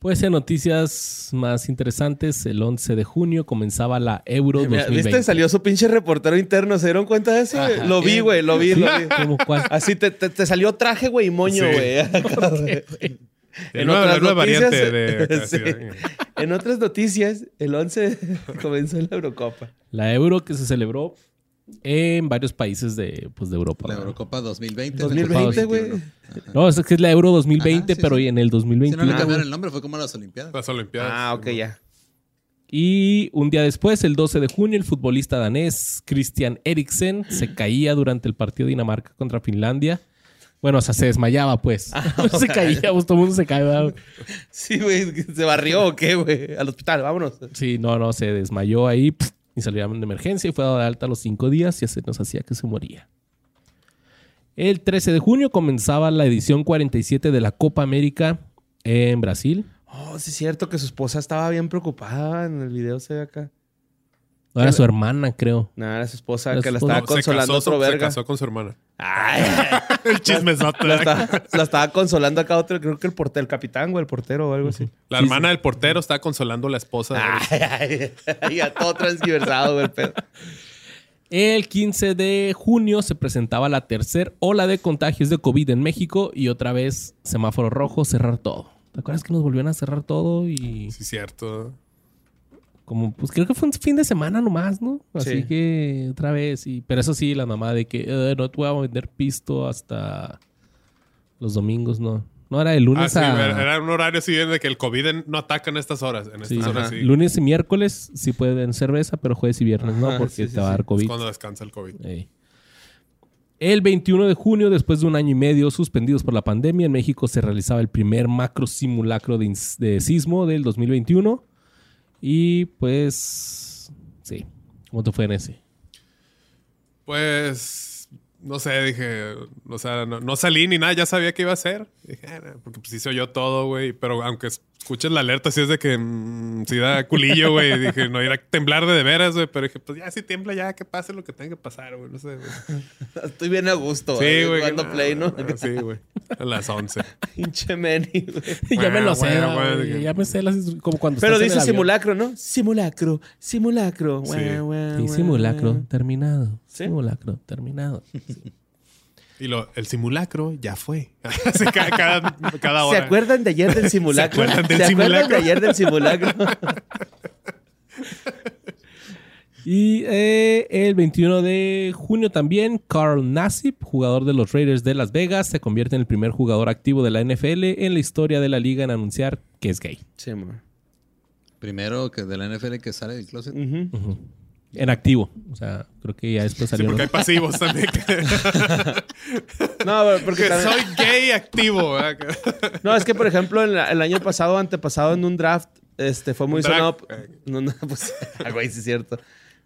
[SPEAKER 1] Pues en noticias más interesantes, el 11 de junio comenzaba la Euro
[SPEAKER 2] Mira,
[SPEAKER 1] 2020.
[SPEAKER 2] ¿Viste? Salió su pinche reportero interno. ¿Se dieron cuenta de eso? güey? Lo vi, güey, lo vi, lo vi.
[SPEAKER 1] ¿Cómo cuál?
[SPEAKER 2] Así te, te- te salió traje, güey, y moño,
[SPEAKER 4] Sí.
[SPEAKER 2] güey.
[SPEAKER 4] En otra variante de.
[SPEAKER 2] eh, Sí. En otras noticias, el 11 comenzó la Eurocopa.
[SPEAKER 1] La Euro que se celebró en varios países de, pues, de Europa.
[SPEAKER 5] La
[SPEAKER 1] ¿no?
[SPEAKER 5] Eurocopa 2020.
[SPEAKER 2] 2020,
[SPEAKER 5] 2021.
[SPEAKER 2] güey.
[SPEAKER 5] Ajá.
[SPEAKER 1] No, es que es la Euro 2020,
[SPEAKER 5] Ajá, sí,
[SPEAKER 1] pero
[SPEAKER 5] sí.
[SPEAKER 1] en el
[SPEAKER 5] Si no
[SPEAKER 1] 2021.
[SPEAKER 5] le cambiaron el nombre, fue como las Olimpiadas.
[SPEAKER 4] Las Olimpiadas.
[SPEAKER 2] Ah, ok, ya.
[SPEAKER 1] Y un día después, el 12 de junio, el futbolista danés Christian Eriksen se caía durante el partido de Dinamarca contra Finlandia. Bueno, o sea, se desmayaba, pues.
[SPEAKER 5] Ah,
[SPEAKER 1] se caía, pues todo el mundo se cae. ¿verdad?
[SPEAKER 2] Sí, güey, ¿se barrió o qué, güey? Al hospital, vámonos.
[SPEAKER 1] Sí, no, no, se desmayó ahí pf, y salieron de emergencia y fue dado de alta a los cinco días y se nos hacía que se moría. El 13 de junio comenzaba la edición 47 de la Copa América en Brasil.
[SPEAKER 2] Oh, sí es cierto que su esposa estaba bien preocupada en el video, se ve acá.
[SPEAKER 1] No, era su hermana, creo.
[SPEAKER 2] Nada, era su esposa
[SPEAKER 1] Era
[SPEAKER 2] que
[SPEAKER 1] su
[SPEAKER 2] la
[SPEAKER 1] esposa.
[SPEAKER 2] estaba
[SPEAKER 4] No, se
[SPEAKER 2] consolando
[SPEAKER 4] casó-
[SPEAKER 2] otro verga.
[SPEAKER 4] Se casó con su hermana.
[SPEAKER 2] Ay,
[SPEAKER 4] El
[SPEAKER 2] la,
[SPEAKER 4] chismesote. La,
[SPEAKER 2] estaba, la estaba consolando acá otro, creo que el portero, el capitán, güey, el portero o algo así.
[SPEAKER 4] hermana del portero está consolando a la esposa. de-
[SPEAKER 2] Ay, ay, ay, ya todo transversado, güey, el pedo.
[SPEAKER 1] El 15 de junio se presentaba la tercera ola de contagios de COVID en México y otra vez semáforo rojo, cerrar todo. ¿Te acuerdas que nos volvieron a cerrar todo y
[SPEAKER 4] Sí, cierto.
[SPEAKER 1] como pues creo que fue un fin de semana nomás, ¿no? Así
[SPEAKER 2] Sí.
[SPEAKER 1] que otra vez y pero eso sí la mamá de que "Eh, no te voy a vender pisto hasta los domingos, no. No era de lunes
[SPEAKER 4] Ah, sí,
[SPEAKER 1] a
[SPEAKER 4] era era un horario así de que el COVID en- no ataca en estas horas. En estas
[SPEAKER 1] sí,
[SPEAKER 4] horas sí.
[SPEAKER 1] lunes y miércoles sí pueden cerveza, pero jueves y viernes no
[SPEAKER 2] Ajá,
[SPEAKER 1] porque
[SPEAKER 2] sí, sí,
[SPEAKER 1] te va a dar
[SPEAKER 4] Es
[SPEAKER 1] COVID.
[SPEAKER 4] Pues cuando descansa el COVID.
[SPEAKER 1] Ey. El 21 de junio, después de un año y medio suspendidos por la pandemia, en México se realizaba el primer macro simulacro de, ins- de sismo del 2021. Y pues, sí, ¿cómo te fue en ese?
[SPEAKER 4] Pues, no sé, dije, o sea, no, no salí ni nada, ya sabía qué iba a hacer. Dije, ah, no, porque pues sí se oyó todo, güey, pero aunque es- escuches la alerta, sí es de que mm, sí da culillo, güey. Dije, no irá a temblar de de veras, güey, pero dije, pues ya si tiembla, ya que pase lo que tenga que pasar, güey, no sé. güey.
[SPEAKER 2] Estoy bien a gusto,
[SPEAKER 4] Sí,
[SPEAKER 2] güey.
[SPEAKER 4] güey.
[SPEAKER 2] Jugando
[SPEAKER 4] que-
[SPEAKER 2] play, ¿no?
[SPEAKER 4] ah, sí, güey. A las 11.
[SPEAKER 2] Pinche Manny, güey.
[SPEAKER 1] ya me lo sé,
[SPEAKER 4] Bueno, bueno,
[SPEAKER 1] güey,
[SPEAKER 4] bueno.
[SPEAKER 1] ya me sé las instru- como cuando
[SPEAKER 2] Pero
[SPEAKER 1] estás en
[SPEAKER 2] dice
[SPEAKER 1] el avión.
[SPEAKER 2] simulacro, ¿no? Simulacro, simulacro.
[SPEAKER 4] Sí.
[SPEAKER 2] guau, guau,
[SPEAKER 1] Sí,
[SPEAKER 2] guau,
[SPEAKER 1] simulacro
[SPEAKER 2] guau.
[SPEAKER 1] terminado.
[SPEAKER 2] ¿Sí?
[SPEAKER 1] Simulacro terminado.
[SPEAKER 4] Y lo, el simulacro ya fue. Así ca- cada, cada,
[SPEAKER 2] ¿Se
[SPEAKER 4] hora.
[SPEAKER 2] acuerdan de ayer del simulacro?
[SPEAKER 4] acuerdan del
[SPEAKER 2] de
[SPEAKER 4] simulacro?
[SPEAKER 2] ayer del simulacro?
[SPEAKER 1] Y eh, el 21 de junio también, Carl Nassib, jugador de los Raiders de Las Vegas, se convierte en el primer jugador activo de la NFL en la historia de la liga en anunciar que es gay.
[SPEAKER 2] Sí, ma.
[SPEAKER 5] Primero que de la NFL que sale del closet.
[SPEAKER 2] Ujú.
[SPEAKER 1] Ujú. En activo. O sea, creo que ya después
[SPEAKER 4] Sí,
[SPEAKER 1] salió.
[SPEAKER 4] porque hay pasivos también. Que,
[SPEAKER 2] No, porque
[SPEAKER 4] que
[SPEAKER 2] también-
[SPEAKER 4] soy gay activo. ¿verdad?
[SPEAKER 2] no, es que, por ejemplo, en la- el año pasado, antepasado, en un draft, este, fue muy
[SPEAKER 4] Drag-
[SPEAKER 2] sonado.
[SPEAKER 4] eh.
[SPEAKER 2] No, no, pues, ah, güey, sí es cierto.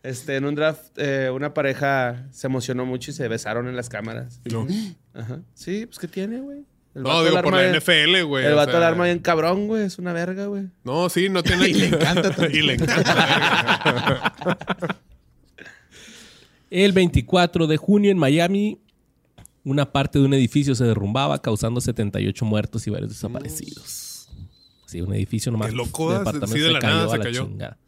[SPEAKER 2] Este, en un draft, eh, una pareja se emocionó mucho y se besaron en las cámaras.
[SPEAKER 4] No,
[SPEAKER 2] Ajá. Sí, pues ¿qué tiene, güey? El
[SPEAKER 4] No,
[SPEAKER 2] vato
[SPEAKER 4] digo,
[SPEAKER 2] alarma
[SPEAKER 4] por la
[SPEAKER 2] bien-
[SPEAKER 4] NFL, güey.
[SPEAKER 2] El
[SPEAKER 4] o
[SPEAKER 2] vato
[SPEAKER 4] sea,
[SPEAKER 2] alarma bien cabrón, güey. Es una verga, güey.
[SPEAKER 4] No, sí, no tiene...
[SPEAKER 5] Y le encanta
[SPEAKER 4] y le encanta.
[SPEAKER 1] El 24 de junio en Miami, una parte de un edificio se derrumbaba, causando 78 muertos y varios desaparecidos. Sí, un edificio nomás.
[SPEAKER 4] Mm. Qué loco,
[SPEAKER 1] de
[SPEAKER 4] ¿eh?
[SPEAKER 1] departamento
[SPEAKER 4] Sí, de
[SPEAKER 1] se
[SPEAKER 4] la
[SPEAKER 1] cayó
[SPEAKER 4] nada
[SPEAKER 1] a
[SPEAKER 4] se
[SPEAKER 1] la
[SPEAKER 4] cayó.
[SPEAKER 1] chingada.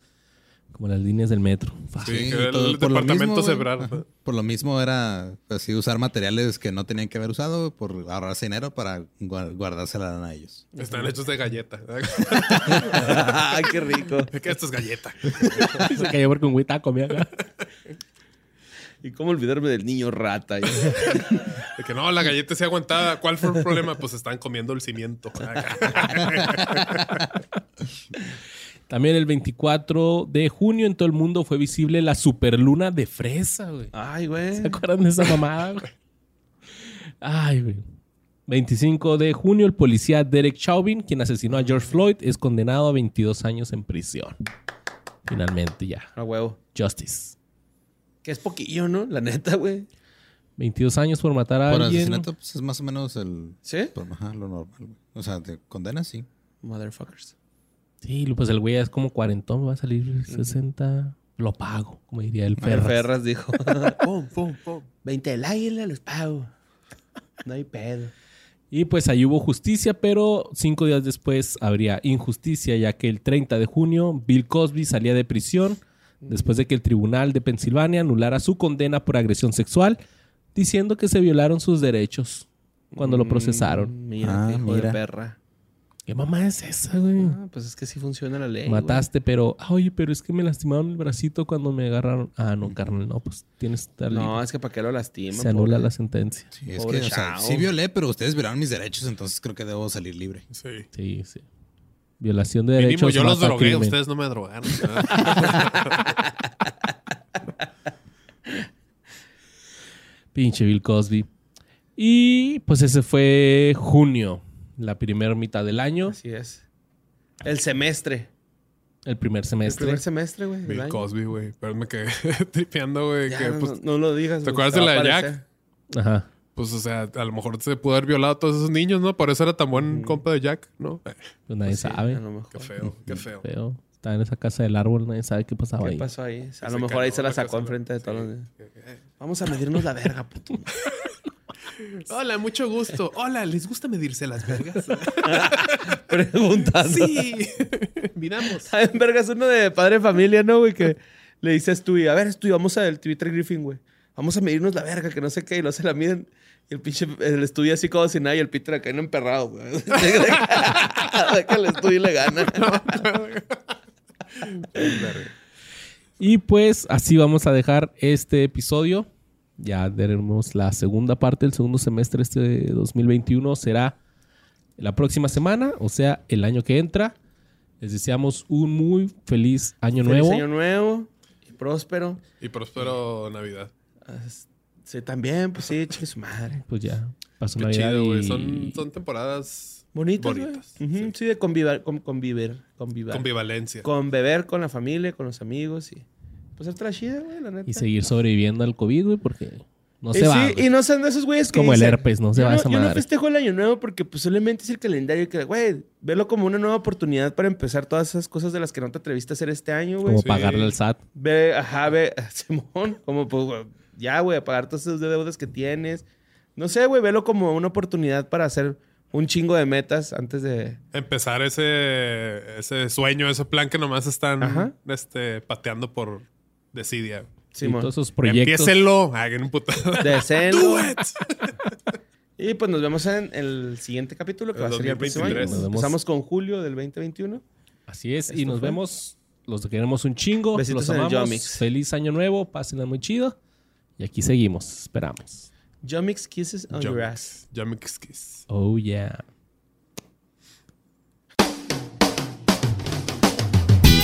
[SPEAKER 1] Como las líneas del metro. Fa.
[SPEAKER 4] Sí,
[SPEAKER 5] Sí,
[SPEAKER 4] que
[SPEAKER 5] todo-
[SPEAKER 4] el
[SPEAKER 5] por lo
[SPEAKER 4] departamento
[SPEAKER 5] mismo, güey.
[SPEAKER 4] Sebrar.
[SPEAKER 5] Ajá. Por lo mismo era así usar materiales que no tenían que haber usado por ahorrarse dinero para guar- guardarse la lana a ellos.
[SPEAKER 4] Están hechos de galleta.
[SPEAKER 2] Ay, qué rico.
[SPEAKER 4] Es que esto es galleta.
[SPEAKER 1] se cayó porque un güey estaba comiendo.
[SPEAKER 2] ¿Y cómo olvidarme del niño rata? güey?
[SPEAKER 4] De que no, la galleta se aguantaba. ¿Cuál fue el problema? Pues están comiendo el cimiento.
[SPEAKER 1] También el 24 de junio en todo el mundo fue visible la superluna de fresa, güey.
[SPEAKER 2] Ay, güey.
[SPEAKER 1] ¿Se acuerdan de esa mamada, güey? Ay, güey. 25 de junio, el policía Derek Chauvin, quien asesinó a George Floyd, es condenado a 22 años en prisión. Finalmente, ya.
[SPEAKER 2] A huevo.
[SPEAKER 1] Justice.
[SPEAKER 2] Que es poquillo, ¿no? La neta, güey.
[SPEAKER 1] 22 años por matar a
[SPEAKER 5] Por
[SPEAKER 1] alguien.
[SPEAKER 5] asesinato, pues es más o menos el.
[SPEAKER 2] ¿Sí?
[SPEAKER 5] por- Pues, ajá, lo normal. güey. O sea, te condenas, sí.
[SPEAKER 2] Motherfuckers.
[SPEAKER 1] Sí, pues el güey ya es como cuarentón, va a salir 60. Lo pago, como diría el
[SPEAKER 2] Ferras,
[SPEAKER 1] perro.
[SPEAKER 2] dijo. pum, pum, pum. 20 del águila los pago. No hay pedo.
[SPEAKER 1] Y pues ahí hubo justicia, pero cinco días después habría injusticia, ya que el 30 de junio Bill Cosby salía de prisión después de que el tribunal de Pensilvania anulara su condena por agresión sexual, diciendo que se violaron sus derechos cuando lo procesaron.
[SPEAKER 2] Mm, Mira,
[SPEAKER 5] Ah,
[SPEAKER 2] qué hijo de
[SPEAKER 5] mira.
[SPEAKER 2] perra.
[SPEAKER 1] ¿Qué mamá es esa, güey?
[SPEAKER 2] Ah, pues es que sí funciona la ley. güey.
[SPEAKER 1] Mm. Mataste, pero, ah, oye, pero es que me lastimaron el bracito cuando me agarraron. Ah, no, carnal, no, pues tienes tal.
[SPEAKER 2] No, es que para qué lo lastima.
[SPEAKER 1] se anula
[SPEAKER 2] pobre.
[SPEAKER 1] la sentencia.
[SPEAKER 5] Sí, es
[SPEAKER 2] Pobre
[SPEAKER 5] que, o sea,
[SPEAKER 2] chao.
[SPEAKER 5] sí violé, pero ustedes violaron mis derechos, entonces creo que debo salir libre.
[SPEAKER 4] Sí.
[SPEAKER 1] Sí, sí. Violación de derechos.
[SPEAKER 4] Mínimo yo los
[SPEAKER 1] mata
[SPEAKER 4] drogué,
[SPEAKER 1] crimen.
[SPEAKER 4] ustedes no Ah, me drogaron.
[SPEAKER 1] Pinche Bill Cosby. Y pues ese fue junio, la primera mitad del año,
[SPEAKER 2] Así es. El semestre.
[SPEAKER 1] el primer
[SPEAKER 2] El
[SPEAKER 1] semestre.
[SPEAKER 2] primer semestre, güey. del
[SPEAKER 4] Bill
[SPEAKER 2] año.
[SPEAKER 4] Cosby, güey. Pero me quedé tripeando, güey.
[SPEAKER 2] Ya,
[SPEAKER 4] que,
[SPEAKER 2] no,
[SPEAKER 4] pues,
[SPEAKER 2] no lo digas.
[SPEAKER 4] ¿Te
[SPEAKER 2] güey,
[SPEAKER 4] acuerdas de
[SPEAKER 2] va
[SPEAKER 4] la
[SPEAKER 2] a
[SPEAKER 4] de
[SPEAKER 2] aparecer.
[SPEAKER 4] Jack?
[SPEAKER 1] Ajá.
[SPEAKER 4] pues, o sea, a lo mejor se pudo haber violado a todos esos niños, ¿no? Por eso era tan buen compa de Jack, ¿no? Eh,
[SPEAKER 1] Pues nadie
[SPEAKER 2] Pues sí,
[SPEAKER 1] sabe.
[SPEAKER 2] A lo mejor.
[SPEAKER 4] Qué feo, qué feo.
[SPEAKER 1] Pero estaba en esa casa del árbol, nadie sabe qué pasaba
[SPEAKER 2] ¿Qué
[SPEAKER 1] ahí.
[SPEAKER 2] pasó ahí? A
[SPEAKER 4] Pues Se
[SPEAKER 2] lo mejor ahí se
[SPEAKER 4] caló
[SPEAKER 2] la sacó
[SPEAKER 4] casa,
[SPEAKER 2] enfrente de todos
[SPEAKER 4] sí.
[SPEAKER 2] los Vamos a medirnos la verga, puto.
[SPEAKER 4] Hola, mucho gusto. Hola, ¿les gusta medirse las vergas?
[SPEAKER 2] Preguntando.
[SPEAKER 4] sí. Miramos.
[SPEAKER 2] ¿Saben, vergas? Uno de padre de familia, ¿no, güey? Que le dice a Stewie, a ver, Stewie, vamos al Twitter Griffin, güey. Vamos a medirnos la verga, que no sé qué, y no se la miden. Y el pinche, el Stewie así como sin nada, y el Peter acá en emperrado, güey. que el Stewie le gana.
[SPEAKER 1] Y pues así vamos a dejar este episodio. Ya tenemos la segunda parte del segundo semestre este de 2021. Será la próxima semana, o sea, el año que entra. Les deseamos un muy feliz año
[SPEAKER 2] Feliz
[SPEAKER 1] nuevo.
[SPEAKER 2] Año nuevo y próspero.
[SPEAKER 4] Y próspero Navidad.
[SPEAKER 2] Ah, Sí, también, pues sí, chingue su madre.
[SPEAKER 1] Pues ya, pasó
[SPEAKER 4] Qué
[SPEAKER 1] Navidad
[SPEAKER 4] chido,
[SPEAKER 1] y-
[SPEAKER 4] güey. Son, son temporadas
[SPEAKER 2] Bonitas, güey.
[SPEAKER 4] Bonitas,
[SPEAKER 2] Ujú,
[SPEAKER 4] sí.
[SPEAKER 2] sí. de convivar, con, convivir, convivar.
[SPEAKER 4] con vivalencia.
[SPEAKER 2] Con beber con la familia, con los amigos y... Pues ser trashida, güey, la neta.
[SPEAKER 1] y seguir sobreviviendo al COVID, güey, porque no
[SPEAKER 2] Y
[SPEAKER 1] se va.
[SPEAKER 2] sí,
[SPEAKER 1] güey.
[SPEAKER 2] y no sean de esos güeyes que
[SPEAKER 1] Como el
[SPEAKER 2] dicen,
[SPEAKER 1] herpes, no se
[SPEAKER 2] yo
[SPEAKER 1] va esa
[SPEAKER 2] yo no
[SPEAKER 1] madre.
[SPEAKER 2] festejo el año nuevo porque pues solamente es el calendario que, güey, velo como una nueva oportunidad para empezar todas esas cosas de las que no te atreviste a hacer este año, güey.
[SPEAKER 1] Como
[SPEAKER 4] Sí.
[SPEAKER 1] pagarle al SAT.
[SPEAKER 2] Ve, ajá, ve, Simón, como pues, güey, ya, güey, pagar todas esas deudas que tienes. No sé, güey, velo como una oportunidad para hacer un chingo de metas antes de...
[SPEAKER 4] Empezar ese, ese sueño, ese plan que nomás están
[SPEAKER 2] Ajá.
[SPEAKER 4] este, pateando por desidia.
[SPEAKER 1] y
[SPEAKER 2] Simón.
[SPEAKER 1] todos esos proyectos.
[SPEAKER 4] Empiécelo. Hagan un puto.
[SPEAKER 2] De
[SPEAKER 4] Do
[SPEAKER 2] celo.
[SPEAKER 4] it.
[SPEAKER 2] Y pues nos vemos en el siguiente capítulo que
[SPEAKER 4] El
[SPEAKER 2] va a ser ya el próximo
[SPEAKER 4] 2023.
[SPEAKER 2] año.
[SPEAKER 1] Nos vemos.
[SPEAKER 2] Empezamos con julio del 2021.
[SPEAKER 1] Así es, y
[SPEAKER 2] Esto
[SPEAKER 1] nos
[SPEAKER 2] fue.
[SPEAKER 1] vemos. Los queremos un chingo. los
[SPEAKER 2] Besitos en el
[SPEAKER 1] amamos.
[SPEAKER 2] Yomix.
[SPEAKER 1] Feliz año nuevo. Pásenla muy chido. Y aquí seguimos. Esperamos.
[SPEAKER 2] Jomix Kisses on Your Ass.
[SPEAKER 4] Yumix. Yumix kiss.
[SPEAKER 1] Oh, yeah.